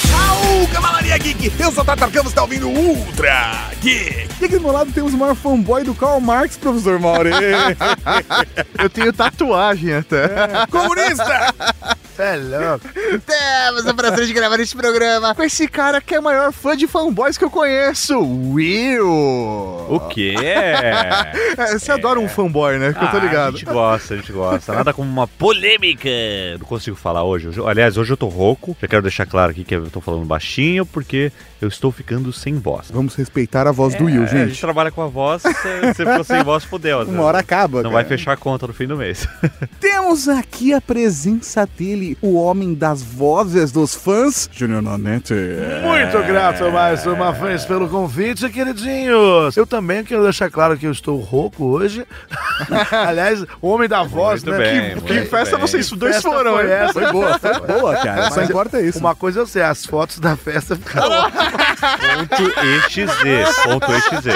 do Cavalaria Geek. Eu sou o Tata Campos, tá ouvindo Ultra Geek. E aqui do meu lado temos o maior fanboy do Karl Marx, professor Mauri. Eu tenho tatuagem até. Comunista! Você é louco. Temos a prazer de gravar este programa com esse cara que é o maior fã de fanboys que eu conheço, Will. O quê? É, você adora um fanboy, né? Que eu tô Ah, ligado. A gente gosta, a gente gosta. Nada como uma polêmica. Não consigo falar hoje. Hoje- Aliás, hoje eu tô rouco. Já quero deixar claro aqui que eu tô falando baixinho porque eu estou ficando sem voz. Vamos respeitar a voz do É, Will, A gente. gente trabalha com a voz, se você for sem voz, fudeu. né? Uma hora acaba, Não cara. vai fechar a conta no fim do mês. Temos aqui a presença dele, o homem das vozes dos fãs, Junior Nanete. Muito grato mais uma vez pelo convite, queridinhos. Eu também quero deixar claro que eu estou rouco hoje. Aliás, o homem da voz, Muito né? bem, que, muito que festa bem. vocês dois Festa foram, foi hein? essa. Foi boa, foi boa. Boa, cara, só Mas importa isso. Uma coisa é eu sei, as fotos da festa ficaram Ponto .exe, ponto .exe.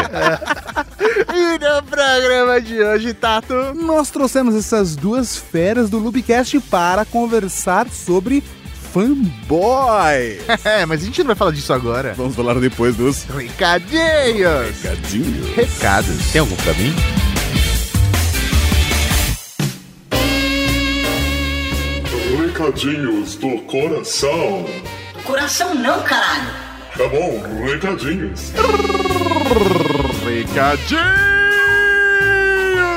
E no programa de hoje, tá Tato. Nós trouxemos essas duas feras do Lubcast para conversar sobre fanboy. É, mas a gente não vai falar disso agora. Vamos falar depois dos Recadinhos. recadinhos. Recados. Tem algum pra mim? Recadinhos do coração. Coração não, caralho. Tá bom, recadinhos. recadinhos,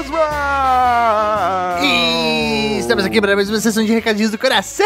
mano. E estamos aqui para mais uma sessão de recadinhos do coração.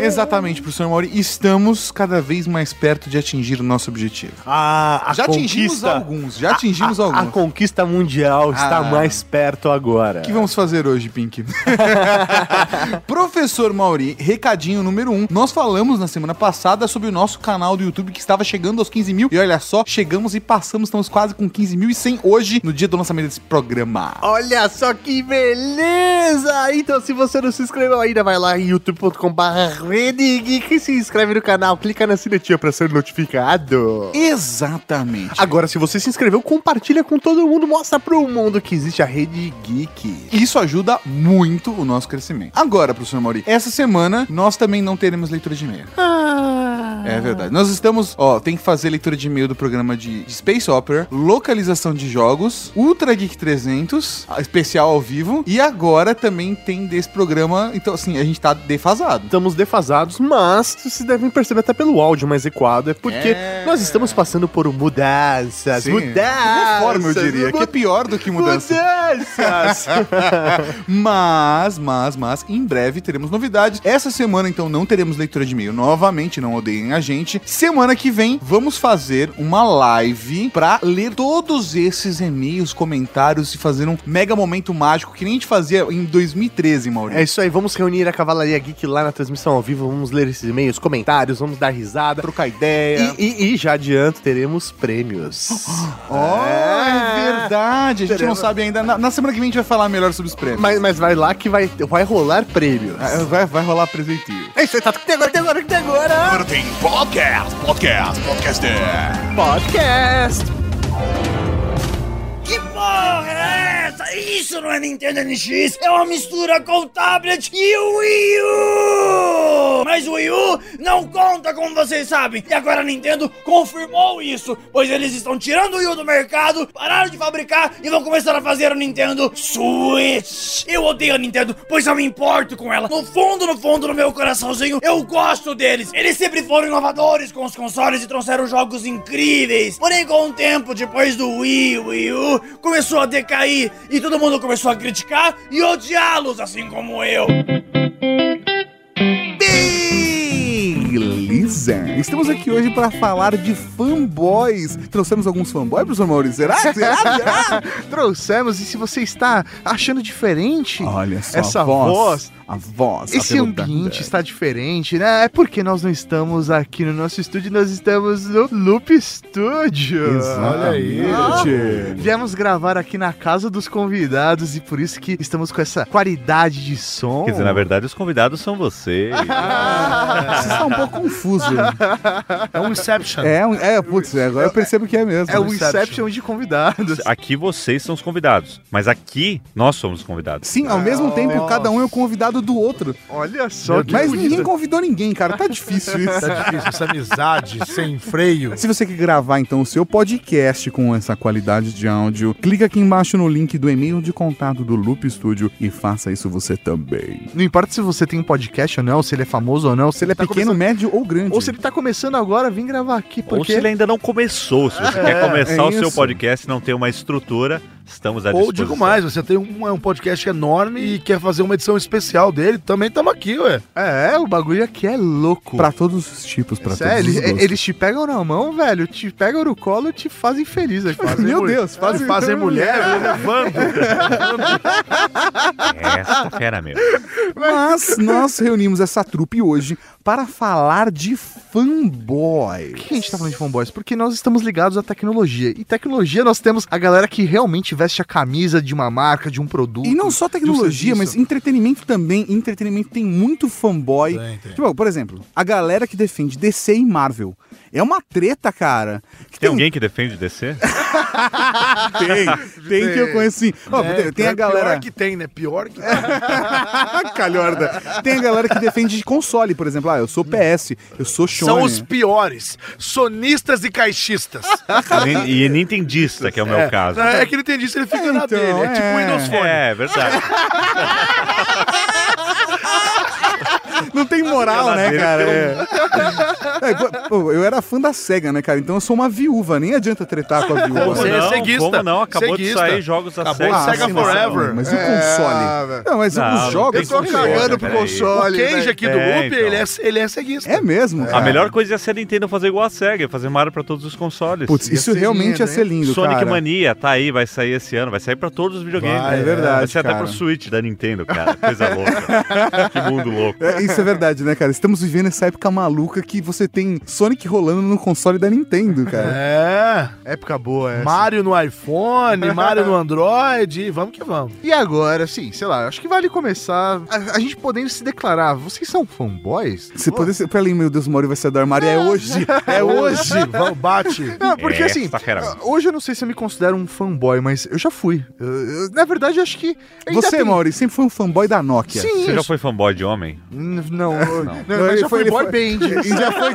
É. Exatamente, professor Mauri. Estamos cada vez mais perto de atingir o nosso objetivo. Ah, A, a já atingimos conquista- alguns, já atingimos a- a alguns. conquista mundial Ah. perto agora. O que vamos fazer hoje, Pink? Professor Mauri, recadinho número um. Nós falamos na semana passada sobre o nosso canal do YouTube que estava chegando aos 15 mil. E olha só, chegamos e passamos, estamos quase com 15.100 hoje, no dia do lançamento desse programa. Olha só que beleza! Então, se você não se inscreveu ainda, vai lá em youtube.com.br e se inscreve no canal, clica na sinetinha pra ser notificado. Exatamente. Agora, se você se inscreveu, compartilha com todo mundo, mostra pro mundo que existe a Rede Geek. Isso ajuda muito o nosso crescimento. Agora, professor Mauri, essa semana nós também não teremos leitura de e-mail. Ah, É verdade. Nós estamos, ó, tem que fazer leitura de e-mail do programa de de Space Opera, localização de jogos, Ultra Geek 300, a- especial ao vivo, e agora também tem desse programa, então assim, a gente tá defasado. Estamos defasados, mas vocês devem perceber até pelo áudio mais equado, é porque É. nós estamos passando por mudanças, Sim. mudanças. Reforma, eu diria, que é pior do que mudança. Mudanças! Mas, mas, mas, em breve teremos novidades. Essa semana, então, não teremos leitura de e-mail novamente, não odeiem a gente. Semana que vem, vamos fazer uma live pra ler todos esses e-mails, comentários e fazer um mega momento mágico que nem a gente fazia em 2013, É Maurício. isso aí, vamos reunir a Cavalaria Geek lá na transmissão ao vivo, vamos ler esses e-mails, comentários, vamos dar risada. Trocar ideia. E, e- e já adianto, teremos prêmios. Oh, é. verdade. A gente não Teremos. sabe ainda. Na, na semana que vem a gente vai falar melhor sobre os prêmios. mas, mas vai lá que vai, vai rolar prêmios. Ah, Vai, vai rolar presentinho. É isso aí, Tato, que tem agora, que tem agora, que tem agora. Agora tem podcast, podcast, podcast. Podcast. Que porra é essa? Isso não é Nintendo NX, é uma mistura com o tablet e o Wii U! Mas o Wii U não conta, como vocês sabem. E agora a Nintendo confirmou isso, pois eles estão tirando o Wii U do mercado, pararam de fabricar e vão começar a fazer o Nintendo Switch. Eu odeio a Nintendo, pois eu me importo com ela. No fundo, no fundo, no meu coraçãozinho, eu gosto deles. Eles sempre foram inovadores com os consoles e trouxeram jogos incríveis. Porém, com o tempo, depois do Wii, Wii U, começou a decair e todo mundo começou a criticar e odiá-los, assim como eu. Beleza! Estamos aqui hoje para falar de fanboys. Trouxemos alguns fanboys, professor Maurício? Será? Será? Será? Trouxemos, e se você está achando diferente, Ah, Olha só, Essa a voz, voz. A voz. esse aveludada. ambiente está diferente, né? É porque nós não estamos aqui no nosso estúdio, nós estamos no Loop Studio. Ah. Exatamente. Viemos gravar aqui na casa dos convidados e por isso que estamos com essa qualidade de som. Quer dizer, na verdade, os convidados são vocês. Ah, Você está um pouco confuso. É um Inception. É, um- é, putz, é, agora eu percebo que é mesmo. é o Inception de convidados. Aqui vocês são os convidados, mas aqui nós somos os convidados. Sim, ao mesmo tempo, Nossa. cada um é um convidado lado do outro. Olha só que Mas bonito. ninguém convidou ninguém, cara. Tá difícil isso. Tá difícil, essa amizade sem freio. Se você quer gravar então o seu podcast com essa qualidade de áudio, clica aqui embaixo no link do e-mail de contato do Loop Studio e faça isso você também. Não importa se você tem um podcast ou não, se ele é famoso ou não, se Se ele é tá pequeno, começando- médio ou grande. Ou se ele tá começando agora, vim gravar aqui, Ou se porque... ele é ainda não começou. Se você quer começar é o seu isso. podcast e não tem uma estrutura, estamos à Ou disposição. digo mais, você tem um, um podcast enorme e quer fazer uma edição especial dele, também estamos aqui, ué. É, o bagulho aqui é louco. Pra todos os tipos, pra É Sério, todos os eles, gostos. eles te pegam na mão, velho, te pegam no colo e te fazem feliz. Aqui. Meu Deus, Fazem, fazem mulher, né? levando. É, Essa fera mesmo. Mas nós reunimos essa trupe hoje para falar de fanboy. Por que a gente tá falando de fanboys? Porque nós estamos ligados à tecnologia. E tecnologia nós temos a galera que realmente veste a camisa de uma marca, de um produto. E não só tecnologia, serviço. mas entretenimento também. Entretenimento tem muito fanboy. Tem, tem. Tipo, por exemplo, a galera que defende DC e Marvel. É uma treta, cara. Que um Tem alguém que defende DC? Tem, tem que eu conheço sim. Ó, É, tem, tem é a galera. Ah, Ah, Pior que tem, né? Pior que Calhorda. Tem a galera que defende console, por exemplo. Ah, eu sou PS, eu sou Sony. São os piores. Sonistas e caixistas. e e nintendista, que é o meu caso. é que ele tem disso, ele fica na então, dele. É, tipo é. o Windows Phone. É, verdade. Não tem moral, né, cara? É. É, pô, pô, eu era fã da SEGA, né, cara? Então eu sou uma viúva, nem adianta tretar com a viúva. Como Você né? é não, ceguista. Como não? Acabou Ceguista. de sair jogos da Acabou Sega. de Sega sim, mas- Forever. É. Mas, e o Ah, console? velho. Não, mas Não, não os tem jogos... né, Eu tô não. cagando peraí. pro console. o Kenji velho. aqui do É, Loop, então. ele, é, ele é ceguista. É mesmo, A cara. melhor coisa ia ser a Nintendo fazer igual a Sega, ia fazer Mario pra todos os consoles. Putz, isso ser realmente lindo, ia ser lindo, Sonic cara. Mania tá aí, vai sair esse ano, vai sair pra todos os videogames. Vai, é verdade, Vai sair até cara. pro Switch da Nintendo, cara. Coisa louca. que mundo louco. É, isso é verdade, né, cara? Estamos vivendo essa época maluca que você tem Sonic rolando no console da Nintendo, cara. É. Época boa essa. Mario no iPhone, Mario no Android, vamos que vamos. E agora, assim, sei lá, acho que vale começar a, a gente podendo se declarar. Vocês são fanboys? Se poder ser pra ali, meu Deus, o Mario vai sair do armário. É hoje, é hoje. vamos, bate. Não, porque É, assim, tá fera. hoje eu não sei se eu me considero um fanboy, mas eu já fui. Eu- eu- na verdade, eu acho que. ainda Você, tem- Mauri, sempre foi um fanboy da Nokia. Sim, Você eu já foi fanboy de homem? N- Não, eu- não. Não, mas ele já foi- foi, ele boy foi- band. E já foi.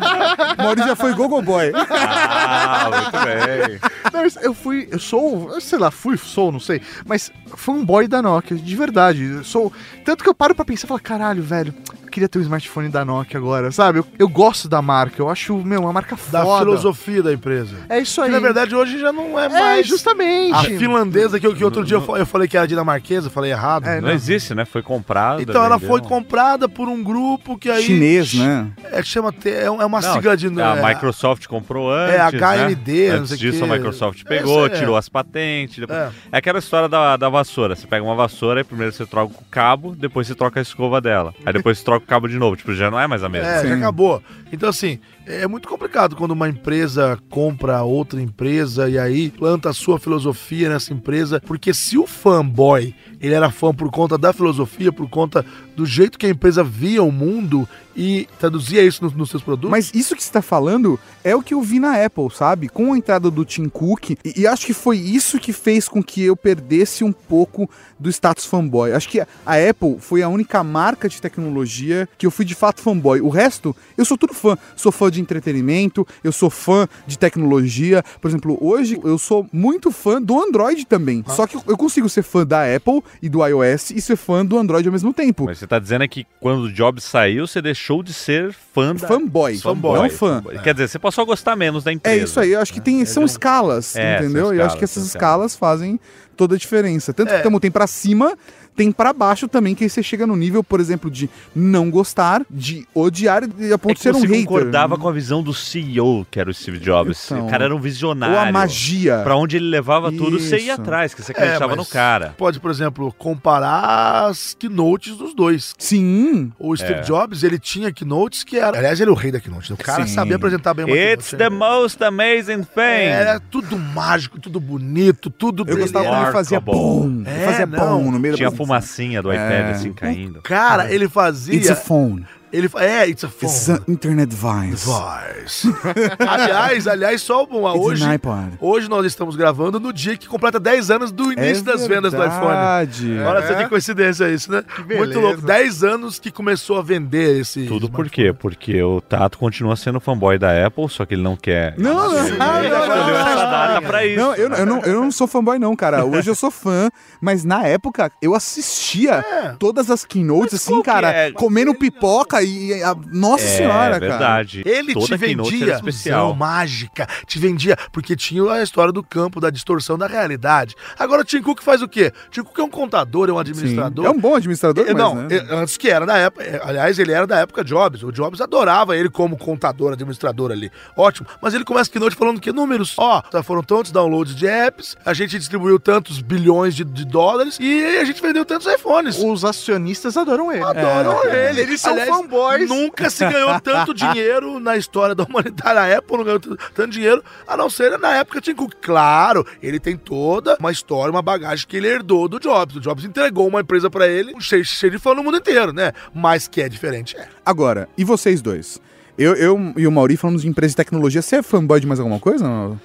Mauri já foi Gogo Boy. Ah, muito bem. Não, isso- eu fui, eu sou, eu sei lá, fui, sou, não sei, mas fanboy da Nokia, de verdade. eu sou, tanto que eu paro pra pensar e falo, caralho, velho, eu queria ter um smartphone da Nokia agora, sabe? Eu, eu gosto da marca, eu acho, meu, uma marca Da foda. filosofia da empresa. É isso Que, aí. na verdade hoje já não é é, mais. justamente. A finlandesa que, eu- que outro dia eu fa- eu falei que era dinamarquesa, eu falei errado. É, Não existe, né? Foi comprado. Então ela vendeu. foi comprada por um grupo que aí. Chinês, né? É que chama. te- É um- é uma Não, sigla de. A é, Microsoft comprou antes. É, né? HMD, não sei Antes disso, o a quê. Microsoft É, pegou, isso aí, é. tirou as patentes. depois- É. É. aquela história da, da vassoura. Você pega uma vassoura e primeiro você troca o cabo, depois você troca a escova dela. Aí depois você troca o cabo de novo. Tipo, já não é mais a mesma. É, Sim. já acabou. Então, assim, é muito complicado quando uma empresa compra outra empresa e aí planta a sua filosofia nessa empresa, porque se o fanboy ele era fã por conta da filosofia, por conta do jeito que a empresa via o mundo e traduzia isso nos, nos seus produtos. Mas isso que você tá falando é o que eu vi na Apple, sabe? Com a entrada do Tim Cook. E, e acho que foi isso que fez com que eu perdesse um pouco do status fanboy. Acho que a, a Apple foi a única marca de tecnologia que eu fui de fato fanboy. O resto, eu sou tudo fã. Sou fã de entretenimento, eu sou fã de tecnologia. Por exemplo, hoje eu sou muito fã do Android também. Só que eu- eu consigo ser fã da Apple e do iOS e ser fã do Android ao mesmo tempo. Mas você tá dizendo é que quando o Jobs saiu, você deixou de ser É um fã da... Fanboy, Fanboy. não É um fã. Quer dizer, você passou a gostar menos da É empresa. isso aí, eu acho que tem, são escalas, É, são entendeu? E eu escalas, acho que essas são escalas. escalas fazem toda a diferença. Tanto É. que tamo, tem pra cima, tem pra baixo também, que aí você chega no nível, por exemplo, de não gostar, de odiar e a ponto É de que ser um você hater. concordava com a visão do CEO, que era o Steve Jobs. Então. o cara era um Ou visionário. a magia. Pra onde ele levava tudo, você ia Isso. atrás, que você É, acreditava no mas cara. Pode, por exemplo, comparar as keynotes dos dois. Sim. O Steve É. Jobs, ele tinha keynotes que era. Aliás, ele é o rei da keynote. né? O cara Sim. sabia apresentar bem uma It's keynote. né? the most amazing thing. Era É, tudo mágico, tudo bonito, tudo Eu gostava quando ele fazia bom. É, fazia não. bom no meio Tinha a da fumacinha do iPad assim caindo. Cara, ele fazia. It's a phone. Ele fala, é, it's a phone. internet vines. Voz. aliás, aliás, só uma. It's Hoje, an iPod. hoje nós estamos gravando no dia que completa 10 anos do início das vendas do iPhone. É verdade. Olha só que coincidência isso, né? Muito beleza. louco. 10 anos que começou a vender esse. Tudo por quê? Porque o Tato continua sendo fanboy da Apple, só que ele não quer. Não, não, não, Ele não, não, escolheu não, essa data pra isso. Não, eu, eu não, eu não sou fanboy, não, cara. Hoje eu sou fã, mas na época eu assistia É. todas as keynotes, assim, qual que cara, é? comendo pipoca e. e a- nossa é senhora, cara. verdade. Ele Toda te keynote era vendia especial. ilusão mágica, te vendia, porque tinha a história do campo, da distorção da realidade. Agora o Tim Cook faz o quê? Tim Cook é um contador, é um Sim. administrador. É um bom administrador, Eu- mas, Eh, não, né? eu- antes que era da época. é, Aliás, ele era da época Jobs. O Jobs adorava ele como contador, administrador ali. Ótimo. Mas ele começa a keynote falando que números, ó, tá, foram tantos downloads de apps, a gente distribuiu tantos bilhões de, de dólares e a gente vendeu tantos iPhones. Os acionistas adoram ele. É. Adoram ele. Eles são fanboys. É, Nunca se ganhou tanto dinheiro na história da humanidade. A Apple não ganhou t- tanto dinheiro, a não ser na época Tim Cook. Claro, ele tem toda uma história, uma bagagem que ele herdou do Jobs. O Jobs entregou uma empresa pra ele, um cheio, cheio de fã no mundo inteiro, né? Mas que é diferente, é. Agora, e vocês dois? Eu, eu e o Mauri falamos de empresa de tecnologia. Você é fanboy de mais alguma coisa? Não?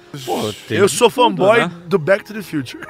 Tem eu sou fanboy né? do Back to the Future.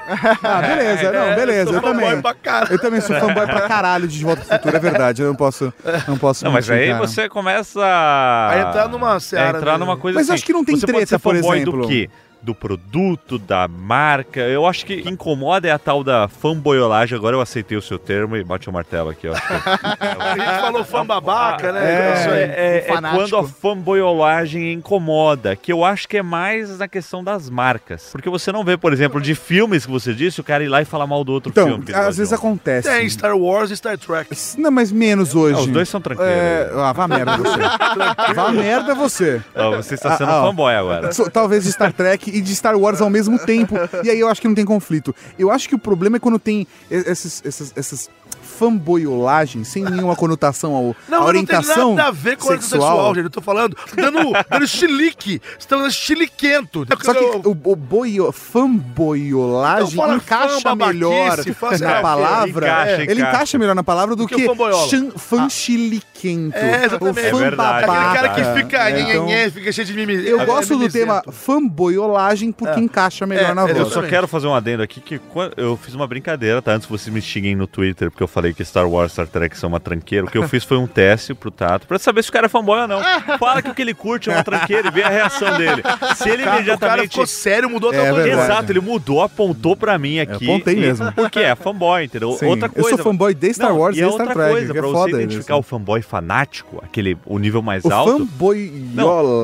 Ah, beleza, não, beleza, sou eu fanboy também. pra caralho. Eu também sou fanboy pra caralho de De Volta pro Futuro, é verdade. Eu não posso. Não, posso Não, mas mentir, aí cara. você é começa a A entrar numa seara Ah, né? entrar de- numa coisa Mas assim, acho que não tem você pode treta, ser por fanboy exemplo. do quê? Do produto, da marca. Eu acho que o que incomoda é a tal da fanboyolagem. Agora eu aceitei o seu termo e bate o martelo aqui, ó. A gente falou fã babaca, né? É. Isso aí. é, é um fanático. quando a fanboyolagem incomoda, que eu acho que é mais na questão das marcas. Porque você não vê, por exemplo, de filmes que você disse, o cara ir lá e falar mal do outro Então, filme. que ele às gosta vezes de um. acontece. né? Tem Star Wars e Star Trek. Não, mas menos hoje. Ah, os dois são tranquilos. É, ah, vá merda você. vá merda você. Ó, você está sendo Ah, ó. fanboy agora. So- Talvez de Star Trek e de Star Wars ao mesmo tempo. E aí eu acho que não tem conflito. Eu acho que o problema é quando tem e- esses, essas, essas fanboiolagens sem nenhuma conotação ao, à Não, orientação não tem nada a ver com orientação sexual, gente. Eu tô falando, dando, dando chilique. Você tá dando chiliquento. Só que o, o boio, fanboiolagem Então fala encaixa fanbabaquice, melhor faz- na é, palavra. assim, "Ah, encaixa, Ele encaixa. encaixa melhor na palavra do que que, o fanboiola. chan- fanchiliquento. É, exatamente. O É verdade, fanbabaca. Aquele cara que fica, É, então, nhenhenhé, fica cheio de mimimi. Eu É, gosto do mimizento. tema fanboiolagem porque encaixa melhor É, na Eu eu voz. só Exatamente. quero fazer um adendo aqui que quan- eu fiz uma brincadeira, tá? Antes que vocês me xinguem no Twitter, porque eu falei que Star Wars, Star Trek são uma tranqueira. O que eu fiz foi um teste pro Tato pra saber se o cara é fanboy ou não. Fala que o que ele curte é uma tranqueira e vê a reação dele. Se ele Cara, o cara imediatamente. ficou sério, mudou É até o verdade. Exato, ele mudou, apontou pra mim aqui. Eu apontei e- mesmo. Porque é fanboy, entendeu? Sim, Outra coisa. eu sou fanboy de Star Não, Wars e, é Star outra Trek, coisa, que é pra foda você identificar isso. o fanboy fanático, aquele o nível mais O alto. fanboiola.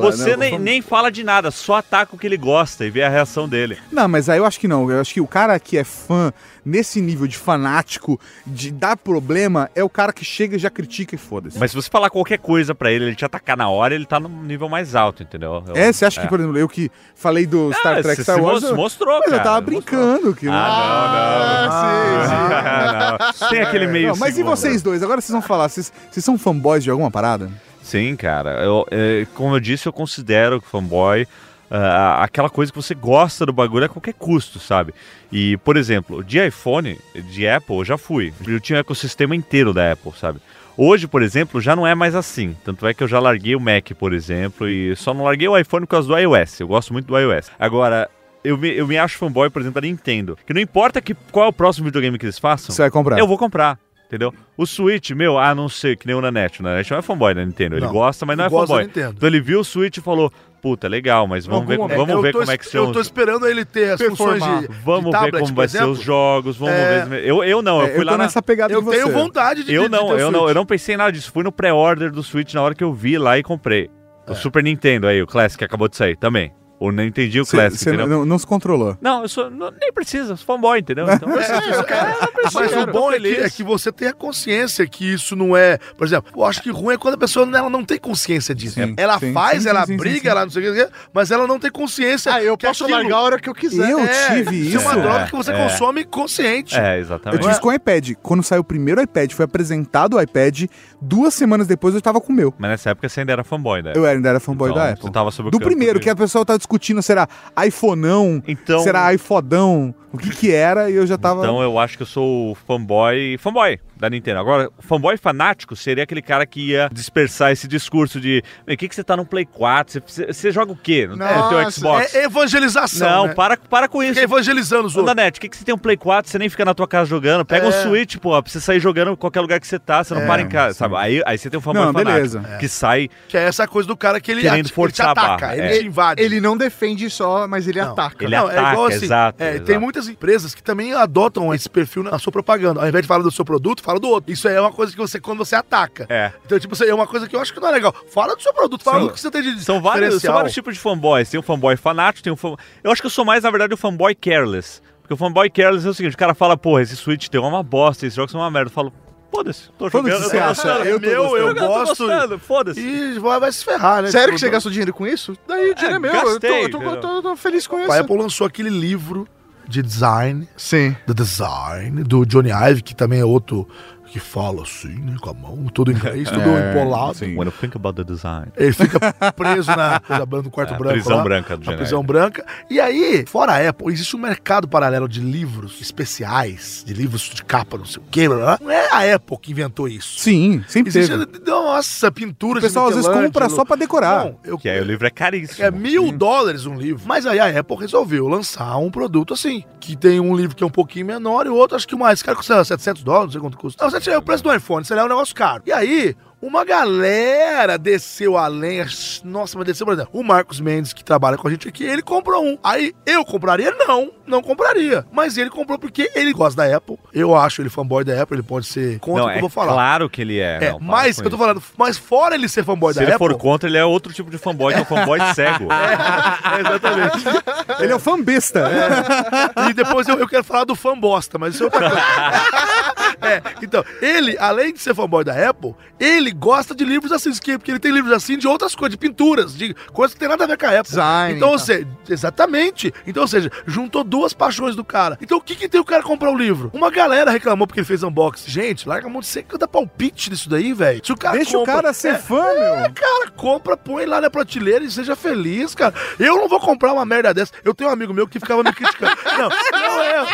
Não, você né, o nem, fan- nem fala de nada, só ataca o que ele gosta e vê a reação dele. Não, mas aí eu acho que não. Eu acho que o cara que é fã, nesse nível de fanático, de dar problema, é o cara que chega e já critica e foda-se. Mas se você falar qualquer coisa pra ele, ele te atacar na hora, ele tá num nível mais alto, entendeu? Eu- É, você acha que, é. por exemplo, eu que falei do Star Ah, Trek, se- Star se Wars... mo- eu- se mostrou, Mas eu cara, tava mostrou. brincando que... Ah, Ah, sim, sim. não, não. Tem aquele meio. Não, mas e segundo. vocês dois? Agora vocês vão falar. Vocês, vocês são fanboys de alguma parada? Sim, cara. Eu, é, como eu disse, eu considero que fanboy ah, aquela coisa que você gosta do bagulho a qualquer custo, sabe? E, por exemplo, de iPhone, de Apple, eu já fui. Eu tinha o ecossistema inteiro da Apple, sabe? Hoje, por exemplo, já não é mais assim. Tanto é que eu já larguei o Mac, por exemplo, e só não larguei o iPhone por causa do iOS. Eu gosto muito do iOS. Agora, eu me, eu me acho fanboy, por exemplo, da Nintendo. Que não importa que, qual é o próximo videogame que eles façam, Você vai comprar? eu vou comprar. Entendeu? O Switch, meu, ah, não sei, que nem o Nanete. O Nanete não é fanboy da Nintendo. Ele Não, gosta, mas não é eu gosto da fanboy. Nintendo. Então ele viu o Switch e falou: puta, legal, mas vamos ver, Alguma- vamos Eu ver tô como é es- que são Eu tô os- esperando ele ter as funções Performar. de. de Vamos ver tablet, como por vai ser exemplo. os jogos, vamos É. ver. Eu, eu não, eu É, fui tô lá na- nessa pegada Eu que você. tenho vontade de. Eu de- de não, ter o eu não, Switch. eu não pensei em nada disso. Fui no pré-order do Switch na hora que eu vi lá e comprei. O É. Super Nintendo aí, o Classic que acabou de sair também. O não entendi o Você, Classic, você entendeu? não, não se controlou. Não, eu sou. não- nem precisa, eu sou fanboy, entendeu? Então, É, cara, mas eu o tô bom é que, feliz. é que você tem a consciência que isso não é. Por exemplo, eu acho que ruim é quando a pessoa ela não tem consciência disso. Sim, ela sim, faz, sim, ela sim, sim, briga, sim. ela não sei o que, mas ela não tem consciência. Ah, eu que posso aquilo- largar a hora que eu quiser. Eu É, tive isso. é isso. uma droga É, que você é. consome consciente. é, Eu exatamente. tive isso com o iPad. Quando saiu o primeiro iPad, foi apresentado o iPad, duas semanas depois eu tava com o meu. Mas nessa época você ainda era fanboy, né? Eu ainda era fanboy Então, da você Apple. tava sob o Do campo primeiro, de- que a pessoa tava discutindo se era iPhoneão, Então- se era iPodão, o que que era, e eu já tava... Então eu acho que eu sou o fanboy. Fanboy! da Nintendo. Agora, o fanboy fanático seria aquele cara que ia dispersar esse discurso de "Meu, o que, que você tá no Play 4? Você- Você, você joga o quê no, no teu Nossa, Xbox? É evangelização. não, né? para, para com isso. Fica evangelizando os Ô, outros. Nanete, o que, que você tem um Play 4? Você nem fica na tua casa jogando. Pega um É. Switch, pô, pra você sair jogando em qualquer lugar que você tá. Você não para em casa, sabe? Aí, aí você tem um fanboy Não, fanático beleza. que sai Que é essa coisa do cara que ele, Querendo ati- ele te forçar a ataca, barra, ele é. te invade. Ele não defende só, mas ele Não, ataca. ele ataca, exato, é, Tem exato. muitas empresas que também adotam esse perfil na sua propaganda. Ao invés de falar do seu produto, fala do outro. Isso aí é uma coisa que você, quando você ataca. É. Então, tipo, isso aí é uma coisa que eu acho que não é legal. Fala do seu produto, fala São- do que você tem de São vários, são diferencial. vários tipos de fanboys. Tem um fanboy fanático, tem um fanboy... Eu acho que eu sou mais, na verdade, o fanboy careless. Porque o fanboy careless é o seguinte, o cara fala, porra, esse Switch tem uma bosta, esses jogos são uma merda. Eu falo, foda-se, tô Foda-se, jogando, eu você tô acha? gostando. Eu tô gostando. eu gosto. Eu tô gostando, foda-se. E vai, vai se ferrar, né? Sério Tipo, que você gastou dinheiro com isso? Daí o dinheiro é, meu. gastei, eu, tô, eu, tô, entendeu? eu tô- eu tô feliz com isso. A Apple lançou aquele livro de design, Sim. The Design, do Johnny Ive, que também é outro que fala assim, né, com a mão, todo em É, inglês, tudo empolado. sim. When I think about the design. Ele fica preso na coisa branca, no quarto É, branco. prisão lá, branca do Na Jedi. prisão branca. E aí, fora a Apple, existe um mercado paralelo de livros especiais, de livros de capa, não sei o quê. blá, blá. Não é a Apple que inventou isso. Sim, sempre Existe, teve. nossa, pintura O pessoal às vezes compra só pra decorar. Não, eu, Que aí o livro é caríssimo. é mil dólares um livro. Mas aí a Apple resolveu lançar um produto assim, que tem um livro que é um pouquinho menor e o outro acho que o mais caro custa 700 dólares, não sei quanto custa. Não, 700 é o preço do iPhone, será um negócio caro. E aí... Uma galera desceu a lenha. Nossa, mas desceu, por exemplo. O Marcos Mendes, que trabalha com a gente aqui, ele comprou um. Aí eu compraria? Não, não compraria. Mas ele comprou porque ele gosta da Apple. Eu acho ele fanboy da Apple, ele pode ser contra o Não, que é eu vou falar. claro que ele é. É, não, para mas com eu tô isso. falando, mas fora ele ser fanboy Se da ele Apple. for contra, ele é outro tipo de fanboy, que é o fanboy cego. Exatamente. Ele é o fã besta. É. E depois eu, eu quero falar do fã bosta, mas isso é outra coisa. É, então, ele, além de ser fanboy da Apple, ele gosta de livros assim, que- porque ele tem livros assim de outras coisas, de pinturas, de coisas que tem nada a ver com a Apple. Design, Então, ou tá. seja, exatamente. Então, ou seja, juntou duas paixões do cara. Então, o que que tem o cara comprar o livro? Uma galera reclamou porque ele fez unboxing. Gente, larga a mão de seca, dá palpite nisso daí, velho. Se o cara Deixa compra- o cara ser É, fã, meu. Cara, compra, põe lá na prateleira e seja feliz, cara. Eu não vou comprar uma merda dessa. Eu tenho um amigo meu que ficava me criticando. Não, não é.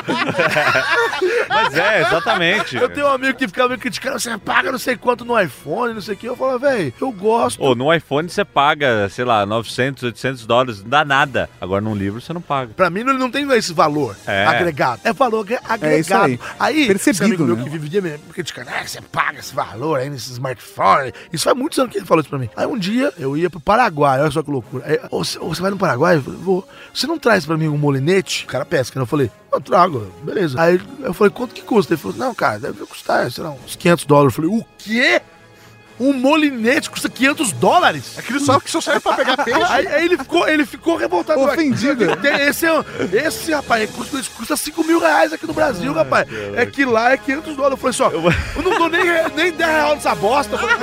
Mas é, exatamente. Eu tenho um amigo que ficava me criticando. Você paga não sei quanto no iPhone, não sei o que. Eu falo, velho, eu gosto. Ou no iPhone você paga, sei lá, 900, 800 dólares, não dá nada. Agora num livro você não paga. Pra mim, não- não tem esse valor É. agregado. É valor agre- agregado. isso aí. aí esse Percebido, amigo meu né? que vivia me criticando, ah, você paga esse valor aí nesse smartphone. Isso faz muitos anos que ele falou isso pra mim. Aí um dia eu ia pro Paraguai, olha só que loucura. Aí, "Ô, você, ô, você vai no Paraguai? Eu falei, vou. Você não traz pra mim um molinete? O cara pesca, né? Eu falei, eu trago, beleza. Aí eu falei, quanto que custa? Ele falou, não, cara, deve custar, sei lá, uns 500 dólares. Eu falei, o quê? Um molinete custa 500 dólares? Aquilo só que só serve pra pegar peixe. Aí, aí ele ficou, ele ficou revoltado. Ofendido. Tem- Esse, é um- esse rapaz, custa, isso custa 5 mil reais aqui no Brasil, rapaz. É que lá é 500 dólares. Eu falei só, eu, não dou nem, re- nem 10 reais nessa bosta. Eu falei,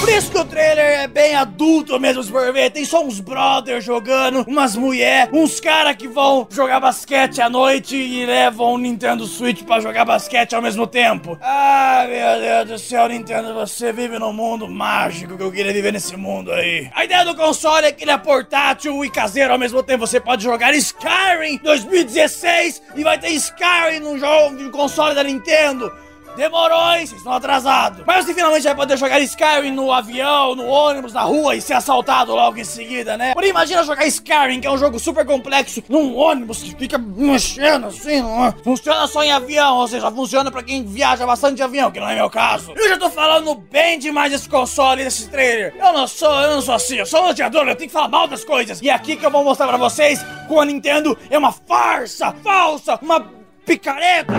Por isso que o trailer é bem adulto mesmo, se for ver. Tem só uns brothers jogando, umas mulher, uns cara que vão jogar basquete à noite e levam o Nintendo Switch pra jogar basquete ao mesmo tempo. Ah, meu Deus do céu, Nintendo, você vive num mundo mágico que eu queria viver nesse mundo aí. A ideia do console é que ele é portátil e caseiro ao mesmo tempo. Você pode jogar Skyrim 2016 e vai ter Skyrim no jogo no console da Nintendo. Demorou, hein? Vocês estão atrasados. Mas você finalmente vai poder jogar Skyrim no avião, no ônibus, na rua e ser assaltado logo em seguida, né? Porém, imagina jogar Skyrim, que é um jogo super complexo, num ônibus que fica mexendo assim. não é? Funciona só em avião, ou seja, funciona pra quem viaja bastante de avião, que não é meu caso. Eu já tô falando bem demais desse console, desse trailer. Eu não sou, eu não sou assim, eu sou um odiador, eu tenho que falar mal das coisas. E é aqui que eu vou mostrar pra vocês como a Nintendo é uma farsa, falsa, uma picareta.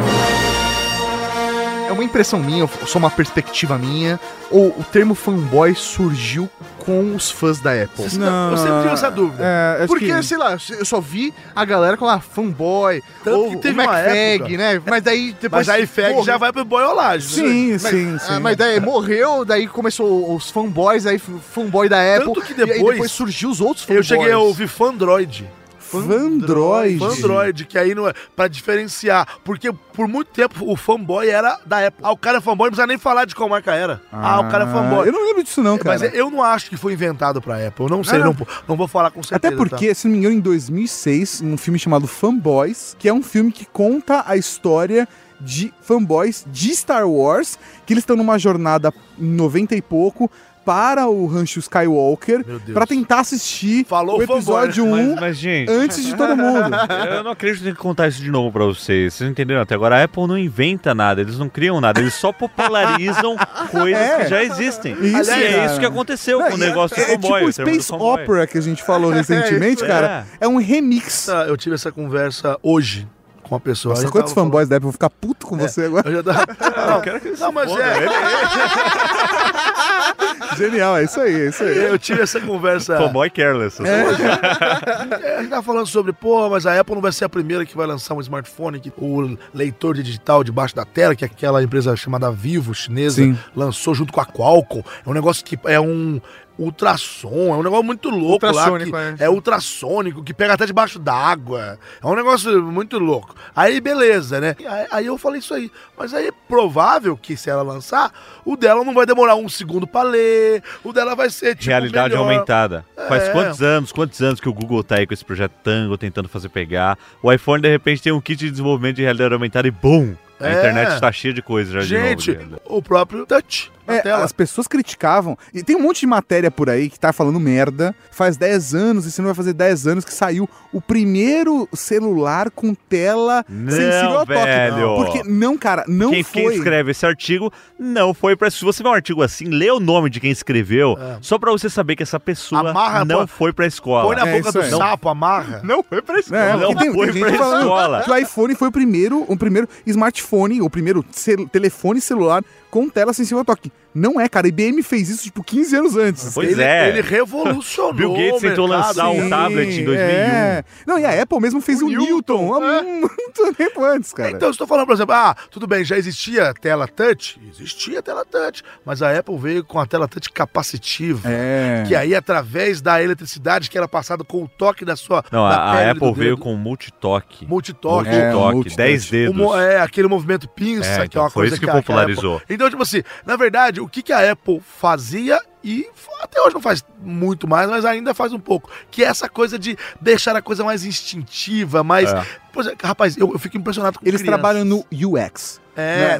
É uma impressão minha, ou só uma perspectiva minha, ou o termo fanboy surgiu com os fãs da Apple? Não, eu sempre tive essa dúvida. É, acho Porque, que- sei lá, eu só vi a galera com lá, fanboy, Tanto ou que o teve uma McFag, época- né? Mas daí depois... Mas aí Feg Porra, já vai pro boiolagem. né? Sim, Mas, sim, ah, sim. mas é daí morreu, daí começou os fanboys, aí f- fanboy da Apple. Tanto que E aí depois- depois surgiu os outros Eu fanboys. cheguei a ouvir Fandroid. Fandroid. Android, que aí não é pra diferenciar. Porque por muito tempo o fanboy era da Apple. Ah, o cara é fanboy, não precisa nem falar de qual marca era. Ah, o cara é fanboy. Eu não lembro disso não, cara. Mas é eu não acho que foi inventado pra Apple. Eu não sei, Ah. não, não vou falar com certeza. tá? Até porque, se não me engano, em 2006, um filme chamado Fanboys, que é um filme que conta a história de fanboys de Star Wars, que eles estão numa jornada em 90 e pouco para o rancho Skywalker, Meu Deus. para tentar assistir Falou o fanboy, episódio 1 Mas, é mas, gente, antes de todo mundo. eu não acredito em contar isso de novo pra vocês. Vocês entenderam até agora? A Apple não inventa nada, eles não criam nada, eles só popularizam coisas É. que já existem. Isso, Aliás, e é cara. isso que aconteceu com o negócio do é, é tipo fanboy. o o termo do Space fanboy. Opera que a gente falou É recentemente, isso, cara. É. um remix. Essa- Tá, Eu tive essa conversa hoje com uma pessoa. A Nossa, gente quantos tava fanboys da Apple vão ficar puto com você agora? falando- Eu já tava... não, quero que ele se não, mas foda, é. Genial, é isso aí, é isso aí. Eu tive essa conversa. Fanboy careless. É. né? É, a gente tava falando sobre, pô, mas a Apple não vai ser a primeira que vai lançar um smartphone que o leitor de digital debaixo da tela, que é aquela empresa chamada Vivo chinesa, Sim. lançou junto com a Qualcomm. É um negócio que é um ultrassom, é um negócio muito louco lá. Ultrassônico, Que é. é ultrassônico, que pega até debaixo d'água. É um negócio muito louco. Aí, beleza, né? E aí- Aí eu falei isso aí. Mas aí é provável que se ela lançar, o dela não vai demorar um segundo pra ler, o dela vai ser tipo. Realidade melhor. aumentada. Faz É. quantos anos, quantos anos que o Google tá aí com esse projeto Tango tentando fazer pegar? O iPhone, de repente, tem um kit de desenvolvimento de realidade aumentada e BUM! A É. internet está cheia de coisa já de Gente, novo. Leandro. o próprio touch na É, tela. as pessoas criticavam. E tem um monte de matéria por aí que tá falando merda. Faz 10 anos, e se não vai fazer 10 anos, que saiu o primeiro celular com tela Não, sensível ao toque. velho. Porque, não, cara, não Quem, foi. quem escreve esse artigo não foi pra. Se você vê um artigo assim, lê o nome de quem escreveu, só pra você saber que essa pessoa Amarra, não pô. foi pra escola. Põe na É, boca isso do aí. sapo, amarra. Não foi pra escola. É, não porque tem, foi tem pra gente falando escola. que o iPhone foi o primeiro, o primeiro smartphone, o primeiro cel- telefone celular com tela sensível ao toque. Não é, cara. A IBM fez isso, tipo, 15 anos antes. Pois ele, é. Ele revolucionou. Bill Gates o tentou mercado. lançar um Sim. tablet em 2001. é. Não, e a Apple mesmo fez o, Newton, é. há muito tempo antes, cara. Então, eu estou falando, por exemplo, ah, tudo bem, já existia tela touch? Existia tela touch, mas a Apple veio com a tela touch capacitiva. é. Que aí, através da eletricidade que era passada com o toque da sua. Não, da a, a pele do Apple veio dedo, com multitoque. multitoque. É, Multitoque, multitoque. 10 O dedos. mo- é, aquele movimento pinça, É, que é então, uma foi coisa isso que a- a popularizou. Apple- Então, tipo assim, na verdade, o que, que a Apple fazia e f- até hoje não faz muito mais, mas ainda faz um pouco, que é essa coisa de deixar a coisa mais instintiva, mais... É. Pois é, rapaz, eu, eu fico impressionado com Eles crianças. trabalham no UX. É,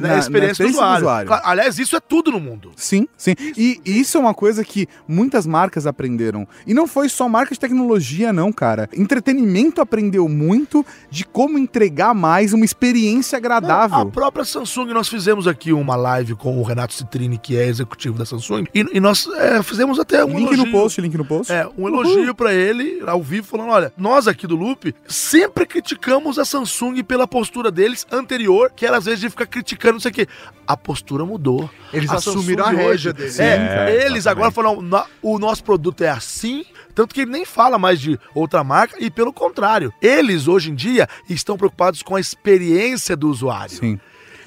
na- na, na- na experiência experiência do do usuário. usuário. Claro, aliás, isso é tudo no mundo. Sim, sim. E e isso é uma coisa que muitas marcas aprenderam. E não foi só marca de tecnologia, não, cara. Entretenimento aprendeu muito de como entregar mais uma experiência A agradável. própria Samsung, nós fizemos aqui uma live com o Renato Citrini, que é executivo da Samsung, e, e nós é, fizemos até um link elogio. no post, link no post. É, um elogio pra ele ao vivo falando, olha, nós aqui do Loop sempre criticamos a Samsung pela postura deles anterior, que era às vezes de ficar criticando não sei o quê. A postura mudou. Eles Samsung assumiram a hoje- rédea deles. É, Sim, eles agora falam, "Na- o nosso produto é assim, tanto que ele nem fala mais de outra marca e pelo contrário, eles hoje em dia estão preocupados com a experiência do usuário. Sim.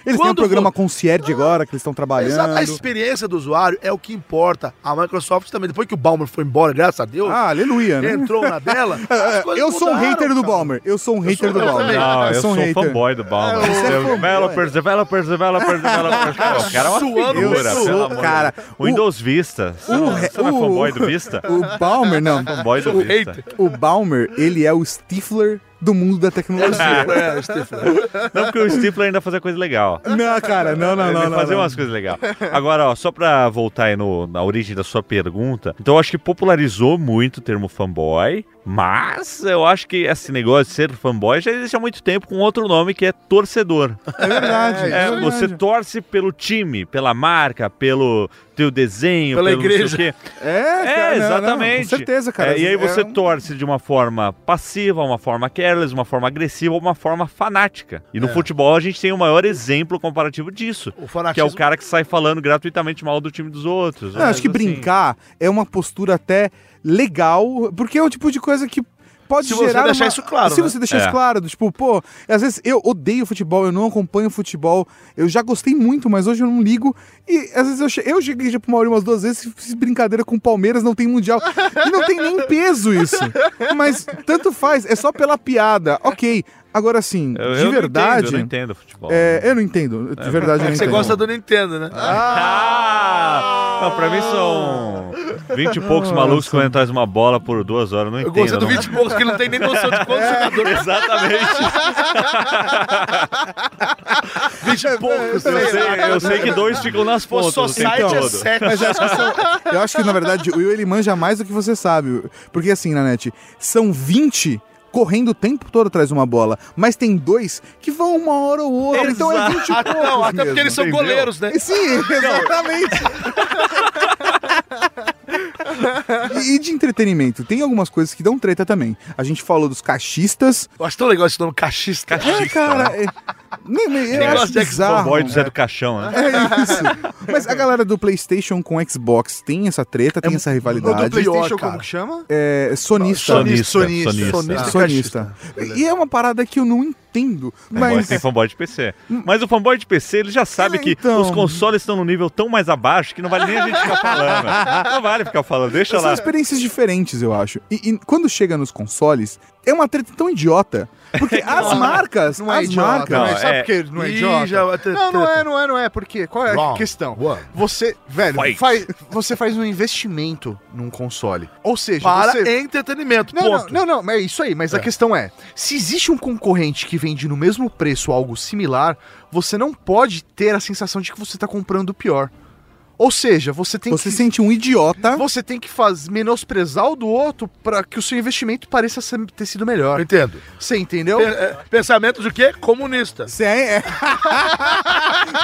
Eles têm um Quando programa concierge agora que eles estão Exato, a trabalhando. experiência do usuário é o que importa. A Microsoft também, depois que o Balmer foi embora, graças a Deus, Ah, aleluia, né? entrou na dela. É, as coisas Eu sou um mudaram, hater do cara. Balmer. Eu sou um hater sou- do eu Balmer. também. Não, eu sou um fanboy do Balmer. É, você é fanboy. developers, developers, developers, developers. Cara, o cara é uma Suando, figura, suando, pelo amor cara. de Deus. O- Windows Vista. Você não re- você não é o- fanboy do Vista? O Balmer, não. Fanboy do Vista. O Balmer, ele é o Stifler do mundo da tecnologia. É, Stefano. Não, porque o Stifler ainda fazia coisa legal. Não, cara, não, não, Ele não. não, fazia não. umas coisas legais. Agora, ó, só pra voltar aí no- na origem da sua pergunta, então eu acho que popularizou muito o termo fanboy, mas eu acho que esse negócio de ser fanboy já existe há muito tempo com outro nome que é torcedor. É verdade. É, você torce pelo time, pela marca, pelo teu desenho, Pela pelo não sei igreja. o quê. É, É, cara, não, não, exatamente. com certeza, cara. É, e aí É você um- torce de uma forma passiva, uma forma careless, uma forma agressiva, uma forma fanática. E É. no futebol a gente tem o maior exemplo comparativo disso. O Ah, Que é fanatismo o cara que sai falando gratuitamente mal do time dos outros. né? Ah, Não, acho que Mas, assim, brincar é uma postura até legal, porque é o tipo de coisa que pode Se você gerar deixar uma- isso claro, Se né? você deixar É. isso claro, do tipo, pô, às vezes eu odeio futebol, eu não acompanho futebol, eu já gostei muito, mas hoje eu não ligo. E às vezes eu, che- eu cheguei já pro Maurício umas duas vezes, fiz brincadeira com o Palmeiras, não tem mundial. E não tem nem peso isso. Mas tanto faz, é só pela piada. Ok. Agora sim, Eu- eu de não verdade. entendo, eu não entendo futebol. é, eu não entendo. De verdade, eu não É Você entendo. gosta do Nintendo, né? Ah! Não, pra mim são 20 e poucos Ah, malucos que vão entrar em uma bola por duas horas. Não Eu entendo. gostei do não. é? né? 20 e poucos, que não tem nem noção de quantos jogadores. Exatamente. 20 e poucos. Eu sei, eu sei que dois ficam nas Pô, pontas. o Society tempo é todo. 7. Mas eu acho, que são- eu acho que, na verdade, o Will ele manja mais do que você sabe. Porque assim, Nanete, são 20 correndo o tempo todo atrás de uma bola, mas tem dois que vão uma hora ou outra, então é 20 e Ah, poucos não, até porque mesmo. eles são entendeu? goleiros, né? Sim, exatamente. e, e de entretenimento, tem algumas coisas que dão treta também. A gente falou dos caixistas. Eu acho tão legal esse nome, cachista. É, cara, é, nem- nem- eu Negócio acho de bizarro. Cowboy do Zé do Caixão, né? É isso. Mas a galera do PlayStation com Xbox tem essa treta, tem essa O do rivalidade. PlayStation, cara. como que chama? É, sonista. Sonista. Sonista. sonista. Sonista. Sonista. E é uma parada que eu não entendo. Fanboy, Mas. É, Tem fanboy de PC. Mas o fanboy de PC, ele já sabe É, que então. os consoles estão num nível tão mais abaixo que não vale nem a gente ficar falando. né? Não vale ficar falando, deixa São lá. experiências diferentes, eu acho. E, e quando chega nos consoles, é uma treta tão idiota. Porque as marcas. Não é as idiota. marcas. Não, é- sabe é- por que não é Ih, idiota? já vai ter- Não, não é, não é, não é. Por quê? Qual é a Wrong. questão? One. Você, velho, Fight. faz, você faz um investimento num console. Ou seja, Para você... entretenimento, Não, não, ponto. não, não, mas é isso aí. Mas a questão é: se existe um concorrente que vende no mesmo preço algo similar, você não pode ter a sensação de que você está comprando o pior. Ou seja, você tem Você que. sente um idiota. Você tem que faz, menosprezar o do outro para que o seu investimento pareça ser- ter sido Eu melhor. Então, entendo. Você entendeu? Pe- é, Pensamento de quê? Comunista. Você é-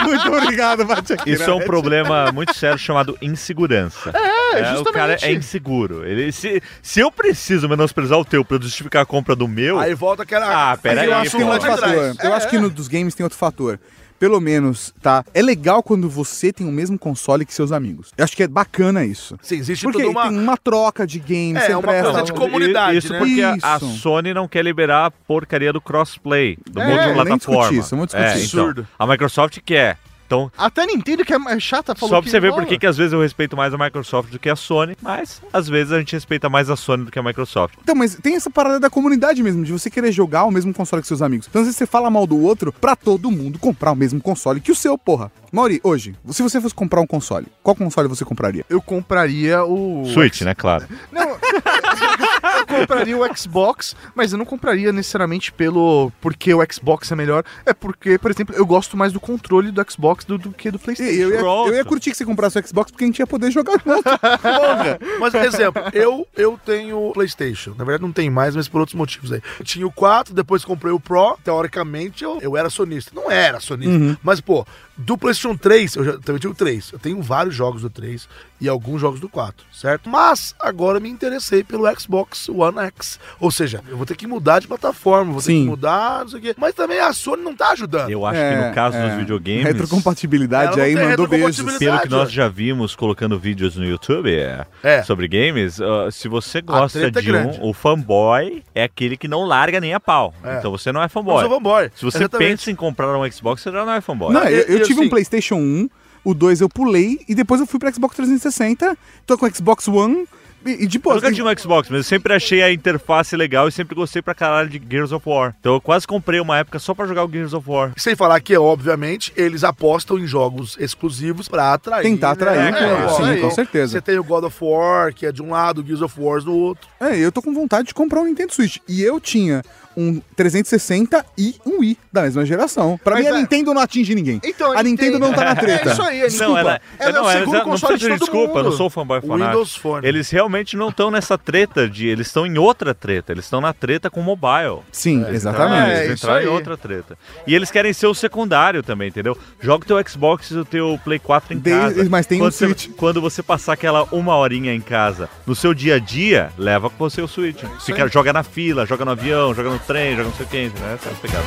Muito obrigado, né? Batia. Isso é um problema muito sério chamado insegurança. É, O cara é inseguro. Ele, se, se eu preciso menosprezar o teu pra justificar a compra do meu, Aí volta aquela. Ah, pera aquele aí, assunto tem um lá outro de trás. É, fator. Eu acho que no dos games tem outro fator. Pelo menos, tá? É legal quando você tem o mesmo console que seus amigos. Eu acho que é bacana isso. Sim, existe Porque toda Tipo uma. tem uma troca de games, É, você um uma presta- coisa de comunidade, Isso né? porque a- a Isso. Sony não quer liberar a porcaria do crossplay, do É, nem discutir multiplataforma. isso, vamos discutir é, isso. então, Absurdo. a Microsoft quer. Então, Até a Nintendo, que é mais chata, falou Só pra que você ver rola. por que que às vezes eu respeito mais a Microsoft do que a Sony, mas às vezes a gente respeita mais a Sony do que a Microsoft. Então, mas tem essa parada da comunidade mesmo, de você querer jogar o mesmo console que seus amigos. Então, às vezes você fala mal do outro pra todo mundo comprar o mesmo console que o seu, porra. Mauri, hoje, se você fosse comprar um console, qual console você compraria? Eu compraria o. Switch, né, claro. Não, eu compraria o Xbox, mas eu não compraria necessariamente pelo porque o Xbox é melhor. É porque, por exemplo, eu gosto mais do controle do Xbox do, do que do E- PlayStation. Eu ia, Pronto. eu ia curtir que você comprasse o Xbox porque a gente ia poder jogar junto. Porra. Mas, por exemplo, eu, eu tenho PlayStation. Na verdade, não tem mais, mas por outros motivos aí. Eu tinha o 4, depois comprei o Pro. Teoricamente, eu, eu era sonista. Não era sonista. Uhum. Mas, pô, do PlayStation 3, eu já, também tive o 3. Eu tenho vários jogos do 3 e alguns jogos do 4, certo? Mas agora eu me interessei pelo Xbox One X. Ou seja, eu vou ter que mudar de plataforma, vou ter Sim. que mudar, não sei o quê. Mas também a Sony não tá ajudando. Eu acho que É, no caso é. dos videogames, Retrocompatibilidade Ela aí não tem mandou beijos. retrocompatibilidade. pelo que nós já vimos colocando vídeos no YouTube é, É. sobre games, ah, se você gosta treta é de grande. um, o fanboy é aquele que não larga nem a pau. É. Então você não é Eu fanboy. sou fanboy. Se você Exatamente. pensa em comprar um Xbox, você já não é fanboy. Não, eu, eu Eu- eu tive sim. um PlayStation 1, o 2 eu pulei e depois eu fui pro Xbox 360, tô com o Xbox One e, e de Eu boa. assim, assim- nunca tive um Xbox, mas eu sempre achei a interface legal e sempre gostei pra caralho de Gears of War. Então eu quase comprei uma época só pra jogar o Gears of War. Sem falar que, obviamente, eles apostam em jogos exclusivos pra atrair. Tentar atrair, né? claro, isso sim, aí. com certeza. Você tem o God of War, que é de um lado, o Gears of War do outro. É, eu tô com vontade de comprar um Nintendo Switch. E eu tinha um 360 e um Wii da mesma geração. Pra Mas mim, a é- Nintendo não atinge ninguém. Então, a Nintendo não tá na treta. É isso aí, a Nintendo. Não, ela, Ela não, é o ela- segundo não console precisa de de todo desculpa, eu não mundo. sou fanboy fanático. Windows Phone. Eles realmente não estão nessa treta de. Eles estão em outra treta. Eles estão na treta com o mobile. Então, Sim, Eles exatamente. é isso entraram aí. em outra treta. E eles querem ser o secundário também, entendeu? Joga o teu Xbox e o teu Play 4 em Tem- casa. mas tem um quando você, Switch. Quando você passar aquela uma horinha em casa, no seu dia a dia, leva com você o Switch. Fica, joga na fila, joga no avião, joga no trem, joga não sei o que, né? Essa é a pegada.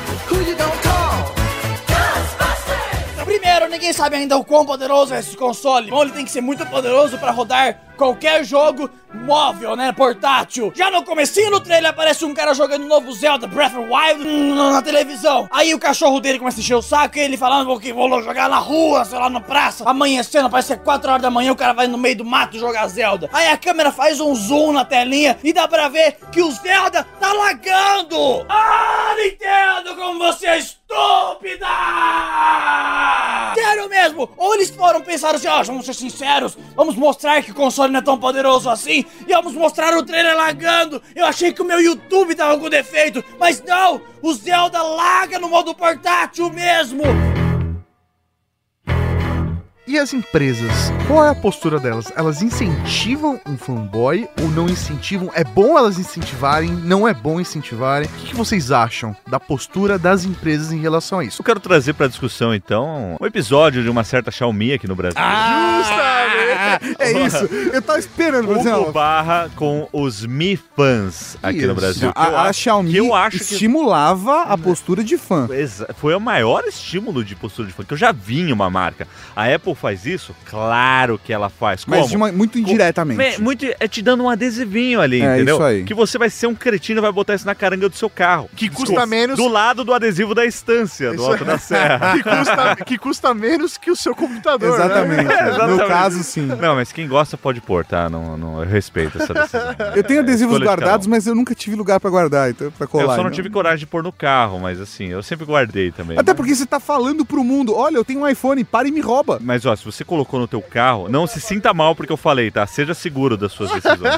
Primeiro, ninguém sabe ainda o quão poderoso é esse console. Bom, ele tem que ser muito poderoso pra rodar qualquer jogo móvel, né, portátil. Já no comecinho do trailer aparece um cara jogando o novo Zelda Breath of the Wild hum, na televisão. Aí o cachorro dele começa a encher o saco e ele falando que vou jogar na rua, sei lá, na praça. Amanhecendo, parece que é 4 horas da manhã, o cara vai no meio do mato jogar Zelda. Aí a câmera faz um zoom na telinha e dá pra ver que o Zelda tá lagando. Ah, Nintendo, como você é estúpida! Sério mesmo! Ou eles foram pensar assim, ó, vamos ser sinceros, vamos mostrar que o console não é tão poderoso assim, e vamos mostrar o trailer lagando. Eu achei que o meu YouTube tava com defeito, mas não! O Zelda laga no modo portátil mesmo! E as empresas? Qual é a postura delas? Elas incentivam um fanboy ou não incentivam? É bom elas incentivarem? Não é bom incentivarem? O que, que vocês acham da postura das empresas em relação a isso? Eu quero trazer pra discussão, então, um episódio de uma certa Xiaomi aqui no Brasil. Justamente! É isso. Eu tava esperando, por Ah! Hugo exemplo. Barra com os Mi fans aqui Isso. no Brasil. A, Eu a acho- Xiaomi que eu acho que- estimulava a postura de fã. Exa- Foi o maior estímulo de postura de fã que eu já vi em uma marca. A Apple faz isso? Claro que ela faz. Como? Mas de uma- muito indiretamente. Me- Muito, é te dando um adesivinho ali, É, entendeu? isso aí. Que você vai ser um cretino e vai botar isso na caranga do seu carro. Que custa menos- Do lado do adesivo da estância, do Isso Alto é. da Serra. que, custa, que custa menos que o seu computador. né? Exatamente. No Exatamente. caso, sim. Não, mas quem gosta pode pôr, tá? Não, não, eu respeito essa decisão. Eu tenho adesivos escolha de cada um. guardados, mas eu nunca tive lugar pra guardar, então, pra colar. eu só não então. tive coragem de pôr no carro, mas assim, eu sempre guardei também. Até porque você tá falando pro mundo, olha, eu tenho um iPhone, para e me rouba. Mas ó, se você colocou no teu carro, não se sinta mal porque eu falei, tá? Seja seguro das suas decisões.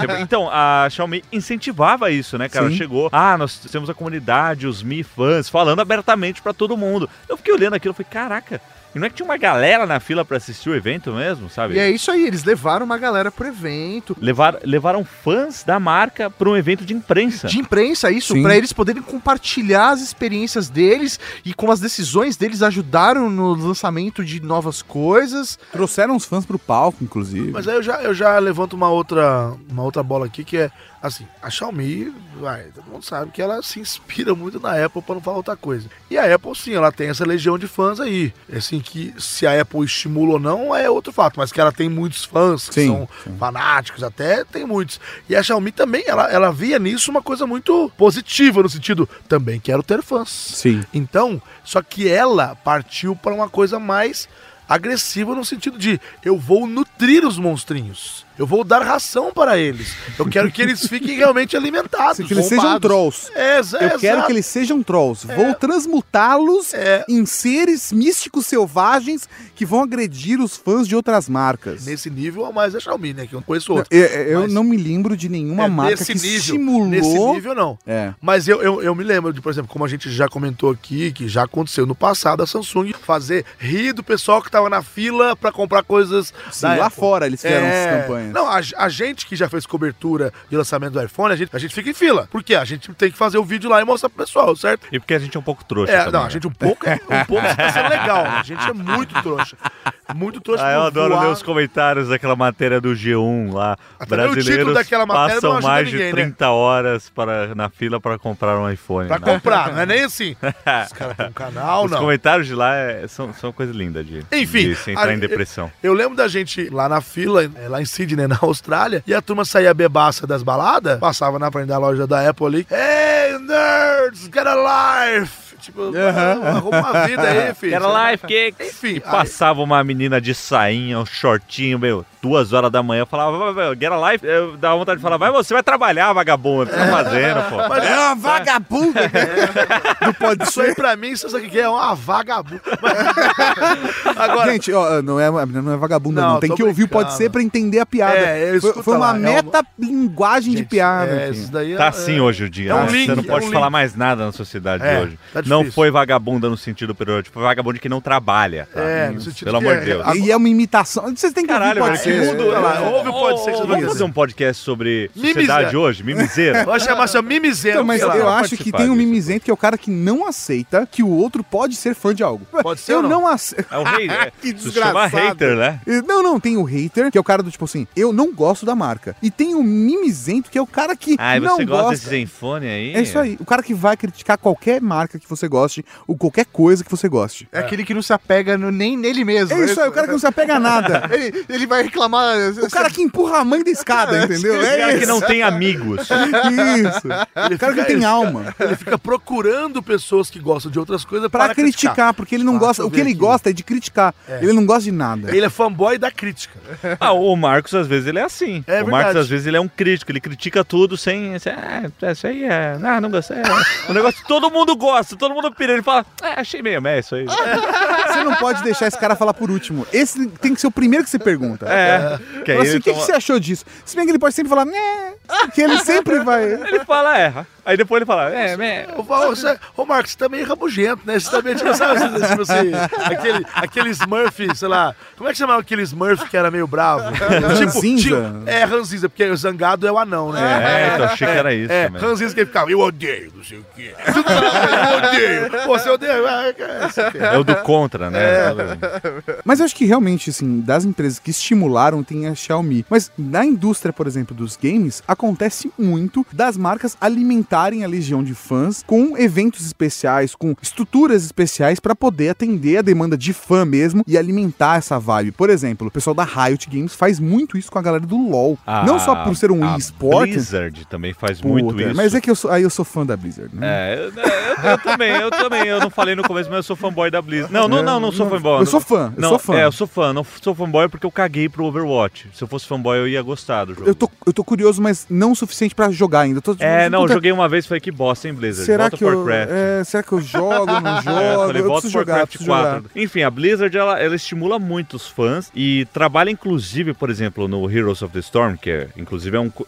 Sempre- então, a Xiaomi incentivava isso, né, cara? Sim. Chegou, ah, nós temos a comunidade, os Mi fãs, falando abertamente pra todo mundo. Eu fiquei olhando aquilo e falei, caraca, e não é que tinha uma galera na fila pra assistir o evento mesmo, sabe? E é isso aí, eles levaram uma galera pro evento. Levar- levaram fãs da marca pra um evento de imprensa. De imprensa, isso, Sim. pra eles poderem compartilhar as experiências deles e como as decisões deles ajudaram no lançamento de novas coisas. Trouxeram os fãs pro palco, inclusive. Mas é aí eu já, eu já levanto uma outra, uma outra bola aqui, que é, assim, a Xiaomi, vai, todo mundo sabe que ela se inspira muito na Apple pra não falar outra coisa. E a Apple, sim, ela tem essa legião de fãs aí. Assim, que se a Apple estimula ou não é outro fato, mas que ela tem muitos fãs que Sim, são fanáticos, até tem muitos. E a Xiaomi também, ela, ela via nisso uma coisa muito positiva, no sentido, também quero ter fãs. Sim. Então, só que ela partiu para uma coisa mais agressiva no sentido de eu vou nutrir os monstrinhos. Eu vou dar ração para eles. Eu quero que eles fiquem realmente alimentados. Assim, que eles sejam bombados. trolls. É, exa- Eu quero exato. que eles sejam trolls. Vou transmutá-los É. em seres místicos selvagens que vão agredir os fãs de outras marcas. Nesse nível a mais a Xiaomi, né? Que eu não conheço outro. Eu, eu Mas- não me lembro de nenhuma É, marca nesse que nível, estimulou. Nesse nível, não. É. Mas eu, eu, eu me lembro de, por exemplo, como a gente já comentou aqui, que já aconteceu no passado, a Samsung fazer rir do pessoal que tava na fila para comprar coisas Sim, da lá Apple. fora eles fizeram É. essas campanhas. Não, a, a gente que já fez cobertura de lançamento do iPhone, a gente, a gente fica em fila. Porque a gente tem que fazer o vídeo lá e mostrar pro pessoal, certo? E porque a gente é um pouco trouxa. É, também, não, a né? gente um pouco é um pouco está sendo legal. né? A gente é muito trouxa. Muito trouxa. Ah, eu por adoro voar. ler os comentários daquela matéria do G1 lá. Até ler o título Brasileiros daquela matéria não passam ajuda mais ninguém, de né? 30 horas para, na fila para comprar um iPhone. Pra né? comprar, não é nem assim. Os caras têm um canal, Os não. comentários de lá é- são, são uma coisa linda de, Enfim, de se entrar a- em depressão. Eu lembro da gente lá na fila, é, lá em Sydney, na Austrália, e a turma saía bebaça das baladas, passava na frente da loja da Apple ali. Hey, nerds, get a life! Tipo, arruma uma vida aí, filho. Era live cakes. é- Enfim, e aí- passava uma menina de sainha, um shortinho, meu, duas horas da manhã, eu falava, "Vai, vai, vai, get a life, eu dava vontade de falar, vai você vai trabalhar, vagabundo, o que você tá fazendo, pô. É uma vagabunda! Não pode É. Isso aí pra mim, isso aqui é uma vagabunda. Mas- Agora, Gente, ó, não é, a menina não é vagabunda, não. Não, Tem tô que ouvir o pode brincando. ser pra entender a piada. É, eu foi, escuto foi uma lá, é uma- metalinguagem de Gente, piada. é, enfim. isso daí é- Tá assim hoje o dia. é um né? Você link, não é pode um falar link. mais nada na sociedade É, de hoje. tá não difícil. foi vagabunda no sentido perotipo, foi vagabundo que não trabalha. tá? É, no sentido Pelo que amor é- de Deus. E é uma imitação. Vocês têm que Caralho, ouvir velho, que pode ser. mundo. né? Olha lá, né? ouve o Pode Ser que Ô, você Vamos vai fazer um podcast sobre sociedade Mimizeira. hoje? É Mimizeira? Vai chamar seu mimizento. Então, mas sei lá. eu pode acho que participar tem um disso. mimizento que é o cara que não aceita que o outro pode ser fã de algo. Pode ser Eu ou não? não aceito. É um rei. Ah, É, Que se chama desgraçado. hater, né? Não, não, tem o hater, que é o cara do tipo assim, eu não gosto da marca. E tem o mimizento, que é o cara que Ah, e não você gosta gosta. desse Zenfone aí? É isso aí. O cara que vai criticar qualquer marca que você você goste, ou qualquer coisa que você goste. É aquele que não se apega no- nem nele mesmo. É isso aí, o cara que não se apega a nada. Ele, ele vai reclamar. O cara que empurra a mãe da escada, entendeu? O É cara que isso. não tem amigos. Isso. O cara que não tem alma. Ele fica procurando pessoas que gostam de outras coisas Pra para criticar, porque ele não Ah, deixa gosta. eu O que ver ele aqui. gosta é de criticar. Ele não gosta de nada. Ele é fanboy da crítica. Ah, o Marcos, às vezes, ele é assim. É o verdade. Marcos, às vezes, ele é um crítico. Ele critica tudo sem... sem- "Ah, É, isso aí é... Ah, não gostei. É. Um negócio que todo mundo gosta, todo mundo pira. Ele fala, é, achei meio, é isso aí. Você não pode deixar esse cara falar por último. Esse tem que ser o primeiro que você pergunta. É. Que aí Fala ele, assim, o que, que toma- você achou disso? Se bem que ele pode sempre falar, né? Que ele sempre vai. ele fala, erra. Aí depois ele fala, é, é. Eu falo, você, ô Marcos, você tá meio rabugento, né? Você tá meio, tipo, sabe, tipo assim, aquele, aquele Smurf, sei lá, como é que chamava aquele Smurf que era meio bravo? Ranzinza. é, Ranzinza, porque o zangado é o anão, né? É, então achei que era isso É, também. Ranzinza que ele ficava, eu odeio, não sei o quê. eu odeio. Pô, você odeia? Ah, é, não sei o quê. É o do contra, né? Mas eu acho que realmente, assim, das empresas que estimularam tem a Xiaomi. Mas na indústria, por exemplo, dos games, acontece muito das marcas alimentarem a legião de fãs com eventos especiais, com estruturas especiais pra poder atender a demanda de fã mesmo e alimentar essa vibe. Por exemplo, o pessoal da Riot Games faz muito isso com a galera do LoL. Não só por ser um Ah, a esporte. Blizzard também faz Puta, muito isso. Mas é que eu sou, aí eu sou fã da Blizzard, né? É, eu, eu- eu também, eu também. Eu não falei no começo, mas eu sou fanboy da Blizzard. É, Não, não, não, não sou fanboy. Eu não- sou fã, eu não, sou fã. É, eu sou fã. Não sou fanboy porque eu caguei pro Overwatch. Se eu fosse fanboy, eu ia gostar do jogo. Eu tô, eu tô curioso, mas não o suficiente pra jogar ainda. Eu tô- É, não, eu puta, joguei uma vez e falei que bosta, hein, Blizzard. Será Volta que, pro eu, Warcraft. é, será que eu jogo, não jogo? É, eu falei, eu volta preciso pro jogar, Warcraft preciso jogar. 4. Enfim, a Blizzard, ela, ela estimula muito os fãs e trabalha, inclusive, por exemplo, no Heroes of the Storm, que é, inclusive é um... co-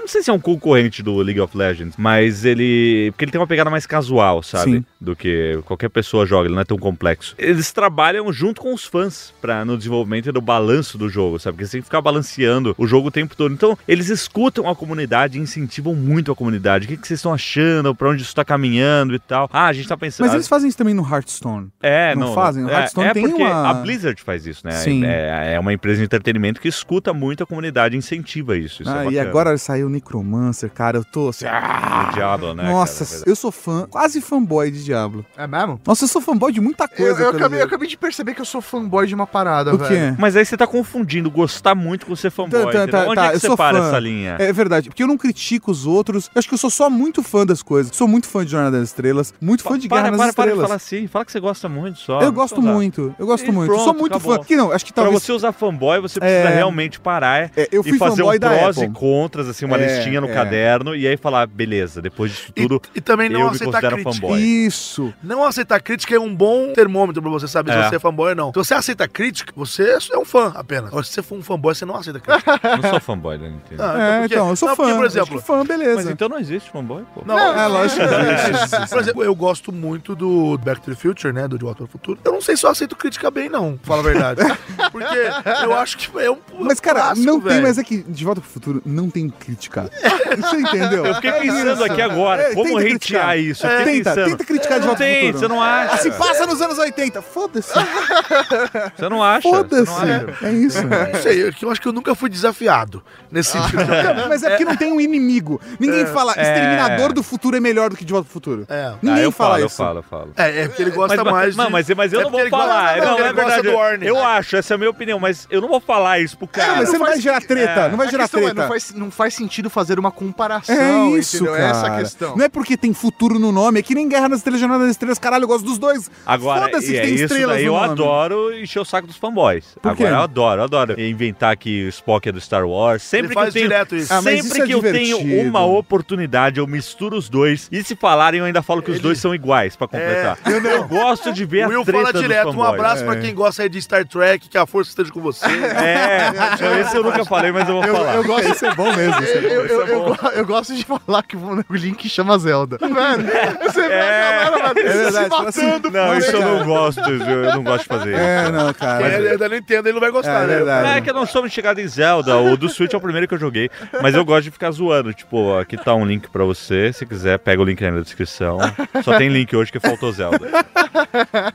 Não sei se é um concorrente do League of Legends, mas ele... Porque ele tem uma pegada mais casual, sabe? Sim. Do que qualquer pessoa joga, ele não é tão complexo. Eles trabalham junto com os fãs pra, no desenvolvimento e no balanço do jogo, sabe? Porque você tem que ficar balanceando o jogo o tempo todo. Então, eles escutam a comunidade, e incentivam muito a comunidade. O que, que vocês estão achando? Pra onde isso tá caminhando e tal? Ah, a gente tá pensando... Mas eles fazem isso também no Hearthstone. É, Não não, fazem? O É, Hearthstone é tem porque uma- a Blizzard faz isso, né? Sim. É, é uma empresa de entretenimento que escuta muito a comunidade, e incentiva isso. isso é Ah, e bacana. É, agora saiu o Necromancer, cara. Eu tô assim. ah, O Diablo, né? nossa, cara? eu sou fã, quase fanboy de Diablo. É mesmo? Nossa, eu sou fanboy de muita Eu, coisa. eu, pelo acabei, eu jeito. acabei de perceber que eu sou fanboy de uma parada, O velho. que é? Mas aí você tá confundindo gostar muito com ser fanboy. Tá, tá, entendeu? tá, Onde tá, é eu que você sou para fã. essa linha? É verdade, porque eu não critico os outros. Eu acho que eu sou só muito fã das coisas. Sou muito fã de Jornada das Estrelas, muito fã de para, Guerra nas para, para de Estrelas. falar assim. Fala que você gosta muito só. eu não gosto precisa usar. muito, eu gosto tá. E muito. sou pronto, muito fã. acabou. Que não, acho que Pra talvez. você usar fanboy, você precisa É. realmente parar É, eu fui e fazer fanboy um da prós e Apple. contras, assim, uma É, listinha no é. caderno, e aí falar, beleza, depois disso tudo, E, e também não Eu me aceitar considero crítica. fanboy. Isso. Não aceitar crítica é um bom termômetro pra você saber É. se você é fanboy ou não. Se você aceita crítica, você é um fã apenas. Agora, se você for um fanboy, você não aceita crítica. Então- não sou fanboy da Nintendo. Ah, É, porque- então, eu sou não, fã. Porque, por eu sou exemplo, fã, beleza. Mas então não existe fanboy, pô. Não, é lógico que existe. Por exemplo, eu gosto muito do Back to the Future, né? Do De Volta para o Futuro. Eu não sei se eu aceito crítica bem, não, pra falar a verdade. Porque eu acho que é um. Mas, cara, clássico, não tem, velho. mas é que De Volta pro Futuro não tem crítica. Você entendeu? Eu fiquei pensando aqui agora, É, como tenta criticar. É. hatear isso? Eu fiquei tenta, pensando. tenta criticar Não De Volta pro tem, Futuro. você não acha. Ah, se passa nos anos 80. Foda-se. Você não acha. você não acha. Ah, Foda-se. É isso. Não sei, eu, eu acho que eu nunca fui desafiado nesse Ah. sentido. Não, Mas é porque não tem um inimigo. Ninguém fala é. Exterminador do Futuro é melhor do que De Volta pro Futuro. É. Ninguém ah, eu fala falo, isso. eu falo, eu falo. É, é porque ele gosta mas, mais. não, de- mas, mas eu é não porque vou ele gosta- falar. não, Não, ele é gosta verdade. do né? Arne. Eu acho, essa é a minha opinião, mas eu não vou falar isso pro É, cara. mas você não vai gerar treta. é. Não vai A gerar questão treta. é, não faz, não faz sentido fazer uma comparação, É isso, entendeu? cara. É essa a questão. Não é porque tem futuro no nome, é que nem Guerra nas Estrelas, Jornada nas Estrelas, caralho, eu gosto dos dois. Agora, Foda-se e que é tem isso estrelas daí, no eu nome. adoro encher o saco dos fanboys. Por quê? Agora, eu adoro, eu adoro inventar que o Spock é do Star Wars. Sempre Ele que faz eu tenho, direto isso. Ah, mas sempre isso é que eu tenho divertido. uma oportunidade, eu misturo os dois. E se falarem, eu ainda falo que os dois são iguais, pra completar. eu, gosto de ver O a Will treta fala dos direto. Um fanboys. abraço pra quem gosta aí de Star Trek, que a força esteja com você. É, não, esse eu nunca falei, mas eu vou falar. Eu gosto, Isso é bom mesmo. isso é eu, bom. eu, isso é eu bom. go- eu gosto de falar que o Link chama Zelda. Velho, você vê É. a galera velho, É verdade, se fala assim, matando. Não, por isso eu aí, não gosto, eu, eu não gosto de fazer isso. É, não, Mas cara. ele ainda não entende, ele não vai gostar, É né? verdade. É que eu não sou muito chegado em Zelda, o do Switch é o primeiro que eu joguei, mas eu gosto de ficar zoando, tipo, ó, aqui tá um link pra você, se quiser pega o link aí na descrição. Só tem link hoje que faltou Zelda.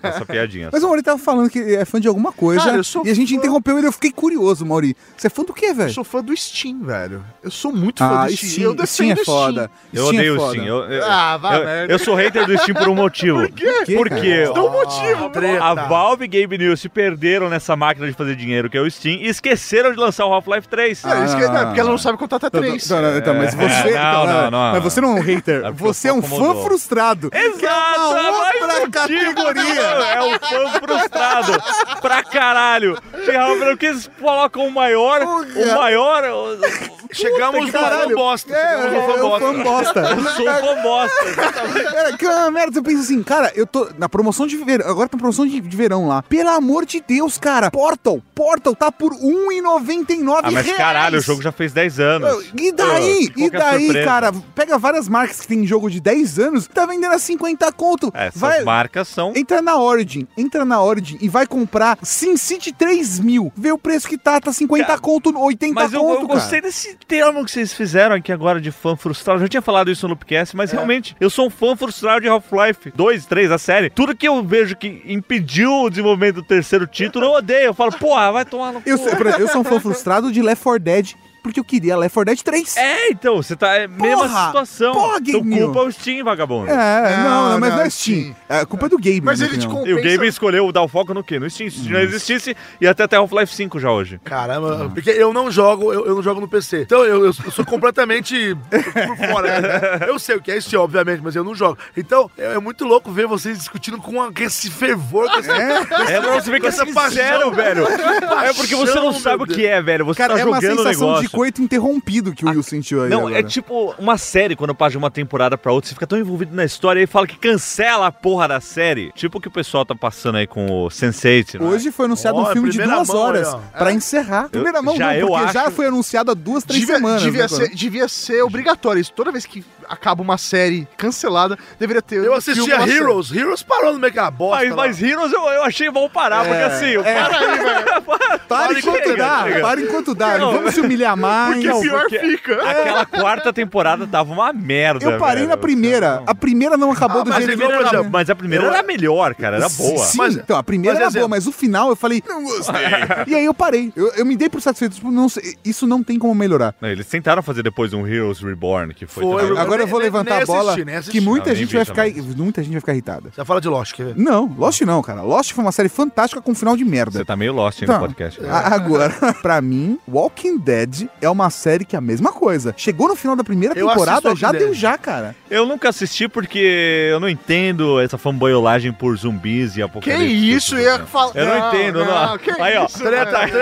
Essa piadinha. Mas o Mauri tava falando que é fã de alguma coisa. Cara, eu sou e a gente fã. interrompeu ele. Eu fiquei curioso, Mauri. Você é fã do quê, Eu velho? sou fã do Steam, velho. Eu sou muito fã Ah, do e Steam. sim, eu e sim defendo é foda. E Eu sim é odeio o foda. Steam. Eu, eu- Ah, vá, eu- merda. eu sou hater do Steam por um motivo. Por quê? quê, Porque Dá um motivo, pra treta. a Valve e Gabe News se perderam nessa máquina de fazer dinheiro que é o Steam e esqueceram de lançar o Half-Life 3. É, isso que- Ah. não, é porque ela não sabe contar até Não, três. não, não, então, mas você. É, não, então, não, não, Mas não. você não é um hater. É porque você é o um fã fã incomodou. frustrado. que é Exato! uma é mais outra motivo, categoria. não, É o fã frustrado pra caralho. Tem razão, Porque eles colocam o maior, o maior... o- Chegamos no caralho. fã bosta. É, chegamos no é, é o fã bosta. Eu sou um fã bosta, exatamente. Cara, que é uma merda, eu penso assim, cara, eu tô na promoção de verão, agora tá na promoção de, de verão lá. Pelo amor de Deus, cara, Portal, Portal tá por R$1,99 Ah, mas caralho, o jogo já fez 10 anos. E daí? Pô, E qual que é a daí, surpresa? cara? Pega várias marcas que tem jogo de 10 anos, tá vendendo a 50 conto. É, Essas vai, marcas são entra na Origin, entra na Origin e vai comprar SimCity 3000. Vê o preço que tá, tá 50 Cara, conto, 80 Mas eu, conto, eu cara. gostei desse termo que vocês fizeram aqui agora de fã frustrado. Eu já tinha falado isso no podcast, É. mas realmente eu sou um fã frustrado de Half-Life 2, 3, a série. Tudo que eu vejo que impediu o desenvolvimento do terceiro título, eu odeio. Eu falo, porra, vai tomar no cu. Eu, sou- por exemplo, eu sou um fã frustrado de Left 4 Dead, porque eu queria Left 4 Dead 3. É, então, você tá. É a mesma Porra! situação. Porra, então Game culpa o Steam, vagabundo. É, não, não, mas não não, é Steam. A culpa é do game. Mas na ele minha te opinião. compensa. E o Game escolheu dar o foco no quê? No Steam. Se não existisse, ia até até Half-Life 5 já hoje. Caramba, porque eu não jogo, eu, eu não jogo no PC. Então eu, eu sou completamente por fora. né? Eu sei o que é isso, obviamente, mas eu não jogo. Então é, é muito louco ver vocês discutindo com a- com esse fervor, com esse É pra você ver que Com essa eles fizeram, paixão. velho. É porque você não Paixão, sabe o meu que é, velho. Você Cara, tá é uma jogando o sensação negócio. de coito interrompido que o Will sentiu aí. Não, agora. é tipo uma série, quando passa de uma temporada pra outra, você fica tão envolvido na história e fala que cancela a porra da série. Tipo o que o pessoal tá passando aí com o Sense8, né? Hoje foi anunciado um Ó, filme de primeira duas mão, horas aí, ó. pra encerrar. Primeira mão, já não, eu porque acho- já foi anunciado há duas, três devia, semanas. devia né, ser, devia ser obrigatório isso. Toda vez que acaba uma série cancelada, deveria ter. Eu um filme, assistia uma série. Heroes, Heroes parou no meio daquela bosta. Mas, lá. mas Heroes eu, eu achei bom parar, porque assim, o cara aí, velho. É, Para enquanto dá, para enquanto dá. Não Não, vamos se humilhar mais. Porque pior fica. Aquela quarta temporada tava uma merda. Eu parei velho. na primeira. A primeira não acabou do mas Mas a jeito que eu primeira, queria. era, mas a primeira era melhor, cara, era boa. Sim, Mas- então, a primeira mas era exemplo- boa, mas o final eu falei, não gostei. e aí eu parei. Eu, eu me dei por satisfeito. Tipo, não sei, isso não tem como melhorar. Não, eles tentaram fazer depois um Heroes Reborn, que foi. Foi, também- Eu Agora eu nem- vou nem- levantar nem a bola assisti, nem assisti. que muita Não, nem gente vi vai ficar, também. muita gente vai ficar irritada. Já fala de Lost, quer ver? Não, Lost não, cara. Lost foi uma série fantástica com um final de merda. Você tá meio lost aí Então, no podcast. né? a- Agora, pra mim, Walking Dead é uma série que é a mesma coisa. Chegou no final da primeira Eu assisto temporada, Walking já deu Dead. já, cara. Eu nunca assisti porque eu não entendo essa fanboyolagem por zumbis e Que É apocalipse. isso? Eu né? ia falar. Eu não entendo, não. que Aí, ó, isso, treta, velho.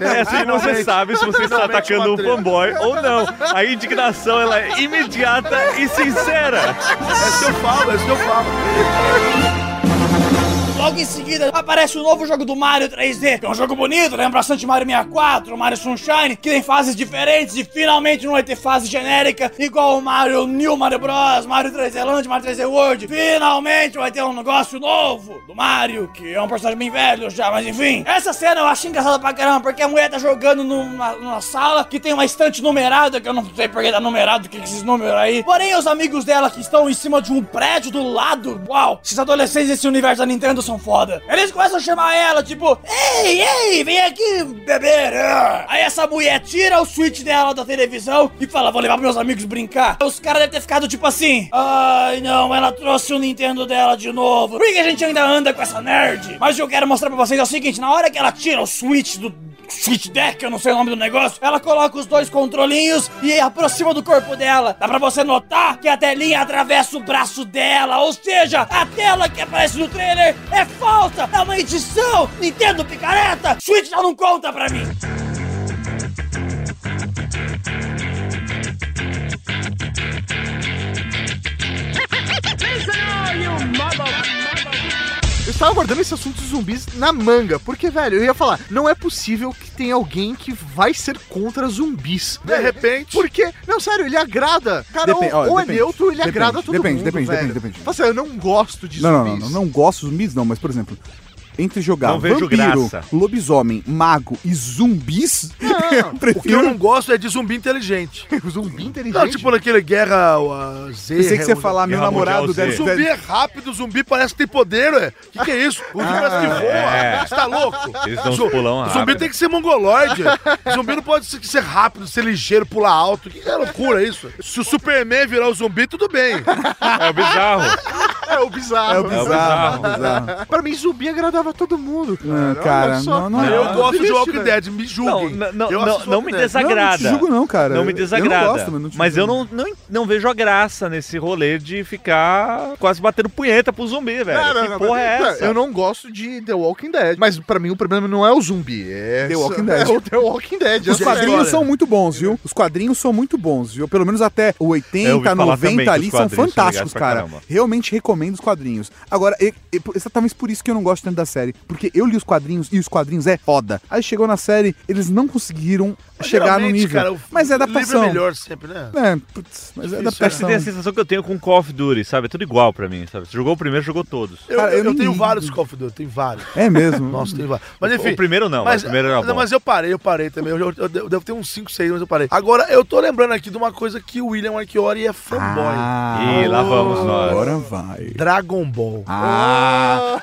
Essa aí você sabe se você está atacando um fanboy ou não. A indignação ela é imediata e sincera. Esse É eu falo, esse eu falo. Logo em seguida aparece o novo jogo do Mario 3D, que é um jogo bonito, lembra bastante Mario 64, Mario Sunshine, que tem fases diferentes e finalmente não vai ter fase genérica igual o Mario New Mario Bros, Mario 3D Land, Mario 3D World. Finalmente vai ter um negócio novo do Mario, que é um personagem bem velho já, mas enfim. Essa cena eu acho engraçada pra caramba, porque a mulher tá jogando numa, numa sala que tem uma estante numerada, que eu não sei porque tá numerado, o que que é esses números aí. Porém, os amigos dela que estão em cima de um prédio do lado, uau, esses adolescentes desse universo da Nintendo são foda. Eles começam a chamar ela, tipo, ei, ei, vem aqui beber. ah." Aí essa mulher tira o switch dela da televisão e fala, vou levar pros meus amigos brincar. Os caras devem ter ficado tipo assim, ai não, ela trouxe o Nintendo dela de novo. Por que a gente ainda anda com essa nerd? Mas o que eu quero mostrar pra vocês é o seguinte, na hora que ela tira o switch do Switch Deck, eu não sei o nome do negócio. Ela coloca os dois controlinhos e aproxima do corpo dela. Dá pra você notar que a telinha atravessa o braço dela. Ou seja, a tela que aparece no trailer é falsa, é uma edição. Nintendo picareta, Switch já não conta pra mim. Eu estava guardando esse assunto de zumbis na manga, porque, velho, eu ia falar, não é possível que tenha alguém que vai ser contra zumbis. De repente, Porque, não, sério, ele agrada. Cara, Depen- ou, ó, ou é depende. neutro ou ele Depende, agrada todo depende, mundo. depende, velho. depende, depende. Fala sério, eu não gosto de Não, não, zumbis. não, não, não gosto dos zumbis, não, mas, por exemplo, entre jogar Não vejo vampiro, graça. lobisomem, mago e zumbis, eu O que eu prefiro... não gosto é de zumbi inteligente. Zumbi inteligente. Não, tipo naquele guerra a Z. Pensei que você ia o- falar, meu Guerra namorado Mundial deve Z. ser... Zumbi é rápido, zumbi parece que tem poder, ué. Que que é isso? O zumbi parece Ah, que voa. é. Você tá louco? Eles dão Zu- uns pulão Zumbi rápido. tem que ser mongoloide. zumbi não pode ser, ser rápido, ser ligeiro, pular alto. Que é loucura isso? Se o Superman virar o zumbi, tudo bem. É o bizarro. É o bizarro. É o bizarro, bizarro. bizarro. né? Pra mim, zumbi agradava todo mundo. Cara, Ah, cara, Olha só. não, é. não, Eu, não. gosto de Triste, Walking né? Dead, me Não, julguem. não, não, é. Eu não, assisto não Walking me Dead. Não, não desagrada. te julgo não, cara. Não me desagrada. Eu não gosto, mas não te Mas julgo. eu não, não, não vejo a graça nesse rolê de ficar quase batendo punheta pro zumbi, velho. Não, não, que não, porra é não, essa? Eu não gosto de The Walking Dead, mas pra mim o problema não é o zumbi, é The Walking é Dead. o The Walking Dead. Os é essa quadrinhos história. são muito bons, viu? Os quadrinhos são muito bons, viu? Pelo menos até o É, eu ouvi 80, falar também que 90 os quadrinhos ali são são fantásticos, legais pra cara. caramba. Realmente recomendo os quadrinhos. Agora, e- e- essa- talvez por isso que eu não gosto tanto da série, porque eu li os quadrinhos e os quadrinhos é foda. Aí chegou na série, eles não conseguiram Mas chegar no geralmente, nível. cara, o mas é Livro é adaptação. melhor sempre, né? É, putz, mas É que é Difícil, você adaptação. tem a sensação que eu tenho com Call of Duty, sabe? É tudo igual pra mim, sabe? Você jogou o primeiro, jogou todos. Eu, Cara, eu eu nem tenho ligo. vários Call of Duty, tenho vários. É mesmo. Nossa, tem vários. Mas O- enfim. o primeiro não, mas o primeiro era não, tá bom. mas eu parei, eu parei também. Eu, eu- eu devo ter uns 5, 6, mas eu parei. Agora, eu tô lembrando aqui de uma coisa que o William Archiori é fanboy. Ah, Ih, lá vamos nós. Agora vai. Dragon Ball. Ah,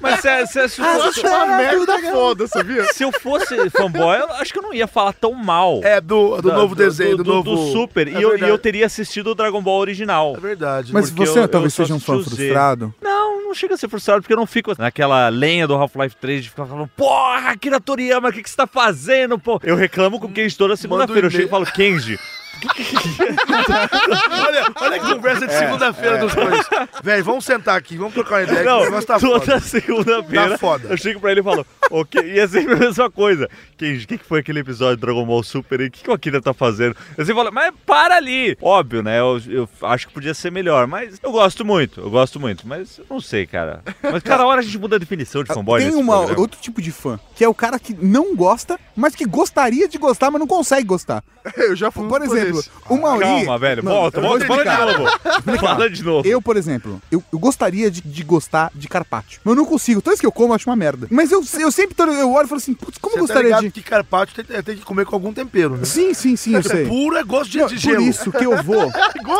Mas se, é se, se, se, Uma merda foda, sabia? se eu fosse fanboy, eu acho que eu não ia falar tão mal. É, do, do da- novo desenho, do, novo... Super. É e, eu, e verdade. eu teria assistido o Dragon Ball original. É verdade. mas Porque você eu- talvez eu só seja um fã assisti o Z. frustrado. Não, não chega a ser frustrado, porque eu não fico naquela lenha do Half-Life 3 de ficar falando, porra, Akira Toriyama, o que, que você tá fazendo, pô? Eu reclamo com o Kenji toda segunda-feira. Eu um chego e-mail. e falo, Kenji, olha, olha que conversa É, de segunda-feira dos dois. Velho, vamos sentar aqui, vamos trocar uma ideia. que o Não, negócio tá toda foda. segunda-feira Tá foda. eu chego pra ele e falo, ok, e é sempre a mesma coisa. Kenji, o que, que foi aquele episódio do Dragon Ball Super aí? O que, que o Akira tá fazendo? Eu sempre falo, mas para ali! Óbvio, né? Eu, eu acho que podia ser melhor, mas eu gosto muito, eu gosto muito, mas eu não sei, cara. Mas cada hora a gente muda a definição de fanboy Tem nesse uma, programa. outro tipo de fã, que é o cara que não gosta, mas que gostaria de gostar, mas não consegue gostar. Eu já fui. Por um exemplo, desse. o Mauri... Calma, velho, Não, volta, eu vou volta, fala de explicar. novo. Fala de novo. Eu, por exemplo, eu, eu gostaria de, de gostar de carpaccio. Mas eu não consigo. Toda vez que eu como, eu acho uma merda. Mas eu, eu sempre tô- eu olho e falo assim, putz, como Você eu tá gostaria ligado de... que carpaccio tem, tem que comer com algum tempero, né? Sim, sim, sim, eu sei. Puro é gosto de, Não, de Por gelo. isso que eu vou.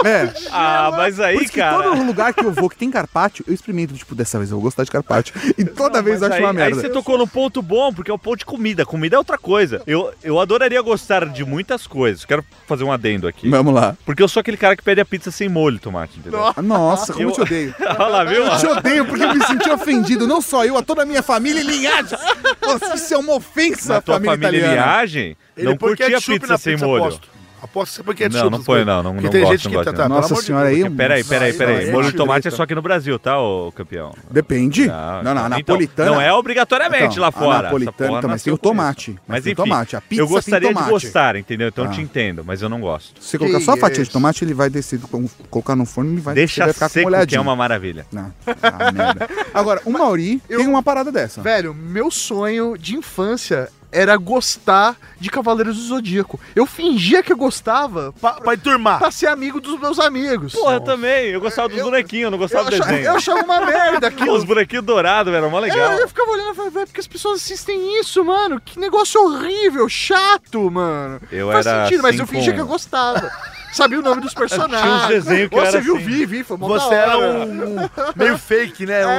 é. Ah, mas Por aí, isso que todo cara... lugar que eu vou que tem carpaccio, eu experimento, tipo, dessa vez eu vou gostar de carpaccio. E toda Não, mas vez eu acho aí, uma merda. Aí você tocou no ponto bom, porque é o ponto de comida. Comida é outra coisa. Eu, eu adoraria gostar de muitas coisas. Quero fazer um adendo aqui. Vamos lá. Porque eu sou aquele cara que pede a pizza sem molho, tomate, entendeu? Nossa, como eu Eu- te odeio. Olha lá, viu? Eu te odeio porque eu me senti ofendido. Não só eu, a toda a minha família e linhagem. Nossa, isso é uma ofensa à Na tua família, família, italiana. viagem, Ele não põe curtia a é ketchup pizza sem molho. Aposto. aposto que você põe ketchup. Não, não essas põe, coisas. não. Não, Porque não tem gosto, gente não que gosto, tá, não. tá, Nossa pelo amor de senhora, Deus. aí... é É, um Peraí, peraí, Nossa, peraí. não, Molho é de tomate é treta. só aqui no Brasil, tá, ô campeão? Depende. Não, não, a Então, napolitana... não é obrigatoriamente Então, lá a fora. napolitana, Essa porra então, mas nasceu tem o com isso. tomate, mas Mas tem o enfim, tomate. A pizza eu tem gostaria tomate. de gostar, entendeu? Então eu Ah. te entendo, mas eu não gosto. Se você colocar Que só a fatia de isso. tomate, ele vai descer, do- colocar no forno e vai, você Deixa vai ficar com seco, que molhadinho. é uma maravilha. Não, ah, merda. Agora, o Mauri tem uma parada dessa. Velho, meu sonho de infância era gostar de Cavaleiros do Zodíaco. Eu fingia que eu gostava pra, Pra enturmar. pra ser amigo dos meus amigos. Porra, eu também. Eu gostava dos bonequinhos, eu não eu, gostava do achava, desenho. eu achava uma merda Pô, Os aquilo. bonequinhos dourados, era mó legal. Eu, eu ficava olhando e falava, velho, porque as pessoas assistem isso, mano? Que negócio horrível, chato, mano. Eu Faz era sentido, mas eu assim fingia com- que eu gostava. Sabia o nome dos personagens. Tinha uns desenhos que eu Você era viu, assim. vi, vi, foi mó da Você era hora. um, um meio fake, né? É. Um-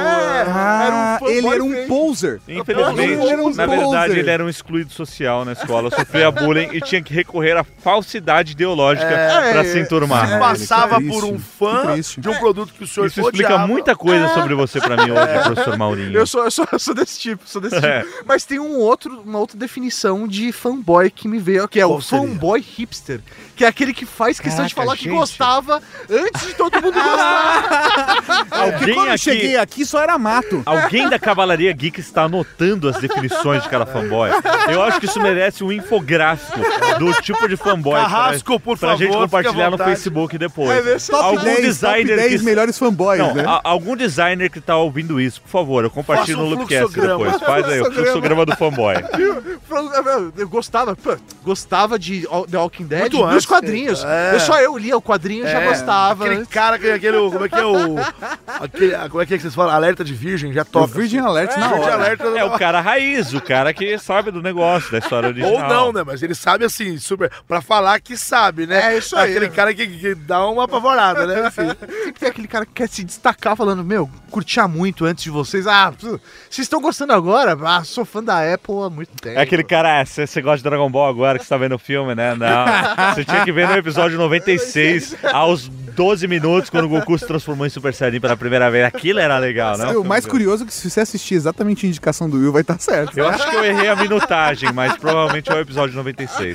Ah, Era um ele fanboy era um fake. poser. Infelizmente, Ele era um na verdade, poser. ele era um excluído social na escola, sofria bullying e tinha que recorrer à falsidade ideológica É, pra se enturmar. se passava É, que por um triste, fã que triste. de um produto que o senhor Isso explica odiava. É. muita coisa sobre você pra mim hoje, professor Maurinho. Eu sou, eu, sou, eu sou desse tipo, sou desse É. tipo. Mas tem um outro, uma outra definição de fanboy que me veio, que é o Qual seria? fanboy hipster. Que é aquele que faz questão de Caraca, falar que gente. gostava antes de todo mundo gostar. Ah. Alguém Quando eu cheguei aqui... aqui, só era mato. Alguém da Cavalaria Geek está anotando as definições de cada fanboy. Eu acho que isso merece um infográfico do tipo de fanboy. Carrasco, por pra gente favor, fique à compartilhar no vontade. Facebook depois. É, nesse Top Algum 10, designer top 10 que melhores fanboys, Não, né? a- algum designer que tá ouvindo isso, por favor, eu compartilho Faça um no Loopcast fluxograma. depois. Faz aí o fluxograma do fanboy. "Ah, Eu gostava, pô, gostava de Al- The Walking Dead Muito dos antes. quadrinhos. É. Eu só eu lia o quadrinho e já gostava. né? Aquele cara que aquele. Como é que é o. Aquele, ah, como é que, é que vocês falam? Alerta de virgem, já O toca. Virgin Alert na Virgin hora. alerta É o cara raiz, o cara que sabe do negócio, da história original. Ou não, né? Mas ele sabe assim, super. Pra falar que sabe, né? É isso aí, Aquele né? cara que, que dá uma apavorada, né? Enfim. Sempre tem aquele cara que quer se destacar falando, meu, curtia muito antes de vocês. Ah, pô, vocês estão gostando agora? Ah, sou fã da Apple há muito tempo. É aquele cara, "Ah, você você gosta de Dragon Ball agora que você tá vendo o filme, né? Não. Você tinha que ver no episódio 96, aos 12 minutos, quando o Goku se transformou em Super Saiyajin pela primeira vez. Aquilo era legal, né? O mais curioso é que se você assistir exatamente a indicação do Will, vai estar certo. Eu acho que eu errei a minutagem, mas provavelmente é o episódio 96.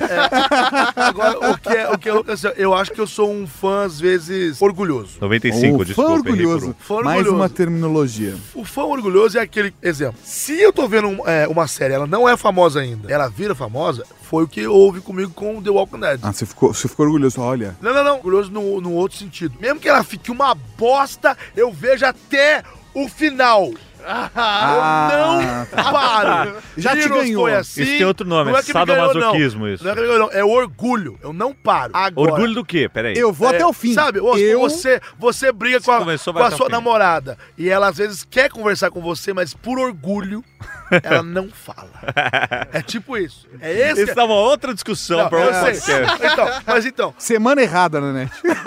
Agora, o que é, o que é louco, assim, eu acho que eu sou um fã, às vezes, orgulhoso. 95, Ou desculpa. fã errei por orgulhoso. um. Fã Mais orgulhoso. uma terminologia. O fã orgulhoso é aquele exemplo. Se eu tô vendo um- é, uma série, ela não é famosa ainda, ela vira famosa, foi o que houve comigo com The Walking Dead. Ah, você ficou, você ficou orgulhoso. Olha, Não, não, não. Orgulhoso no, no outro sentido. Mesmo que ela fique uma bosta, eu vejo até o final. Ah, eu não paro. Já te Heroes ganhou. foi assim. Isso tem outro nome, é que me ganhou, sadomasoquismo não. isso. Não é que me ganhou, não. É orgulho. Eu não paro. Agora, Orgulho do quê? Peraí. eu vou é, até o fim. Sabe, Ô, eu... você, você briga com a, começou, com vai a até o sua fim. namorada e ela às vezes quer conversar com você, mas por orgulho ela não fala. É tipo isso. É esse. Isso dá uma outra discussão Não, pra eu outro sei. podcast. Então, mas então, Semana errada, né, Net?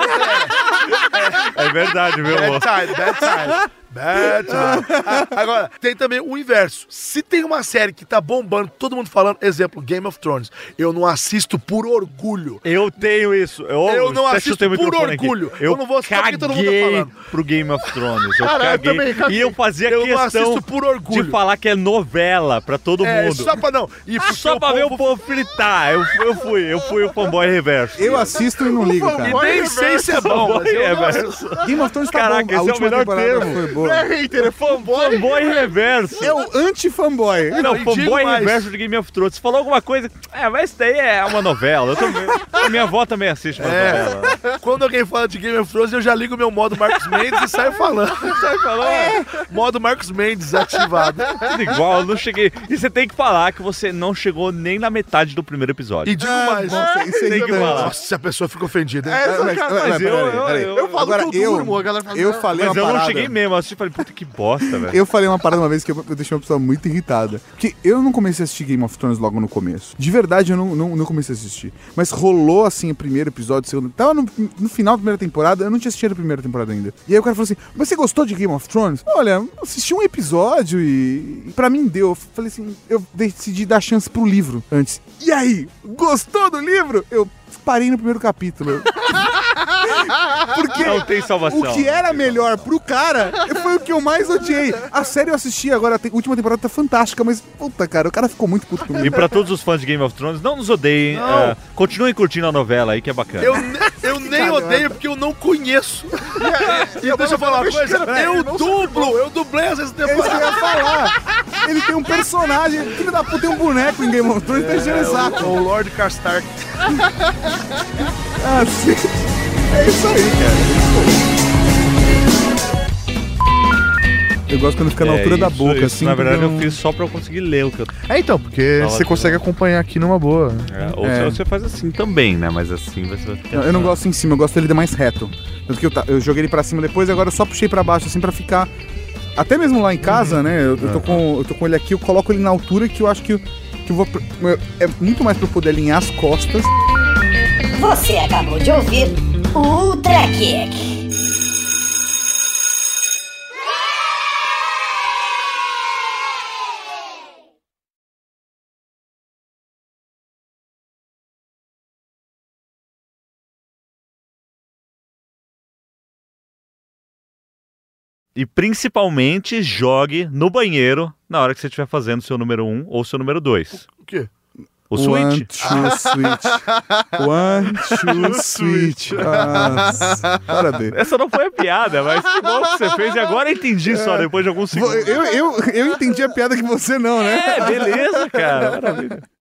É verdade, meu amor. Bad time, bad time. Bad time. Ah, Agora, tem também o inverso. Se tem uma série que tá bombando, todo mundo falando, exemplo, Game of Thrones. Eu não assisto por orgulho. Eu tenho isso. Eu, Eu não até assisto chutei o por microfone orgulho. aqui. Eu Eu, não vou assistir porque caguei todo mundo tá pro Game of Thrones. Eu Cara, eu caguei. também caguei. E eu fazia Eu não questão assisto por orgulho. de falar que é novela pra todo É, mundo. só pra não. E porque Só o pra ver o povo- povo fritar. Eu, fui- eu fui, eu fui o fanboy reverso. Tá Eu assisto e não ligo, cara. E nem sei se é bom, mas eu não assisto. Game of Thrones tá Caraca, bom. esse é A o última melhor temporada termo. É, foi boa. hater, fanboy. Fanboy reverso. É o anti-fanboy. Não, e digo fanboy mais. reverso de Game of Thrones. Você falou alguma coisa. É, mas isso daí é uma novela. Eu tô- a minha avó também assiste uma É. novela. Quando alguém fala de Game of Thrones, eu já ligo meu modo Marcos Mendes e saio falando. Saio falando. Modo Marcos Mendes ativado. Tudo igual, eu não cheguei. E você tem que falar que você não chegou nem na metade do primeiro episódio. E digo mais. nossa, isso é Tem que irritante. falar. Nossa, a pessoa fica ofendida. hein? Mas- mas- mas eu- peraí, eu- peraí. eu- eu falo Agora, que eu durmo, a galera fala, eu "Ah". falei assim, Mas uma eu não parada. cheguei mesmo, eu assisti e falei, puta que bosta, velho. Eu falei uma parada uma vez que eu, eu deixei uma pessoa muito irritada. Porque eu não comecei a assistir Game of Thrones logo no começo. De verdade, eu não, não, não comecei a assistir. Mas rolou assim o primeiro episódio, o segundo. Tava no, no final da primeira temporada, eu não tinha assistido a primeira temporada ainda. E aí o cara falou assim: Mas você gostou de Game of Thrones? Olha, assisti um episódio e. e pra mim deu. Eu falei assim: Eu decidi dar chance pro livro antes. E aí? Gostou do livro? Eu parei no primeiro capítulo. Porque Não tem salvação. o que é, era melhor pro cara foi o que eu mais odiei. A série eu assisti agora, a te- última temporada tá fantástica, mas puta, cara, o né, cara ficou muito puto comigo. E pra todos os fãs de Game of Thrones, não nos odeiem. eh, continuem curtindo a novela aí, que é bacana. Eu, ne- eu nem odeio porque eu não conheço. E deixa eu falar uma coisa, eu dublo, eu dublei essas É isso que eu temporadas. ia falar. Ele tem um personagem, filho da puta, tem um boneco em Game of Thrones, tá enchendo o saco. O Lord Karstark. Assim, é isso aí, cara. Eu gosto quando fica na É, altura da isso- boca, isso, assim. Na verdade, porque eu fiz só pra eu conseguir ler o que eu. É então, porque Fala você tudo. é. consegue acompanhar aqui numa boa. É, ou É. senão você faz assim também, né? Mas assim você vai ficar. Não, eu não gosto em cima, eu gosto dele mais reto. Tanto que eu, ta- eu joguei ele pra cima depois, agora eu só puxei pra baixo, assim, pra ficar. Até mesmo Uhum. lá em casa, né? Eu, eu tô com, eu tô com ele aqui, eu coloco ele na altura que eu acho que, eu- que eu vou. pr- eu- É muito mais pra eu poder alinhar as costas. Você acabou de ouvir o Ultra Kick. E principalmente jogue no banheiro na hora que você estiver fazendo seu número 1 um ou seu número 2. O quê? O One, Switch. Ah. two, switch. One, two, switch. Ah, parabéns. Essa não foi a piada, mas que bom que você fez e agora eu entendi só depois de alguns Vo- segundos. Eu, eu, eu entendi a piada que você não, né? É, beleza, cara. Maravilha.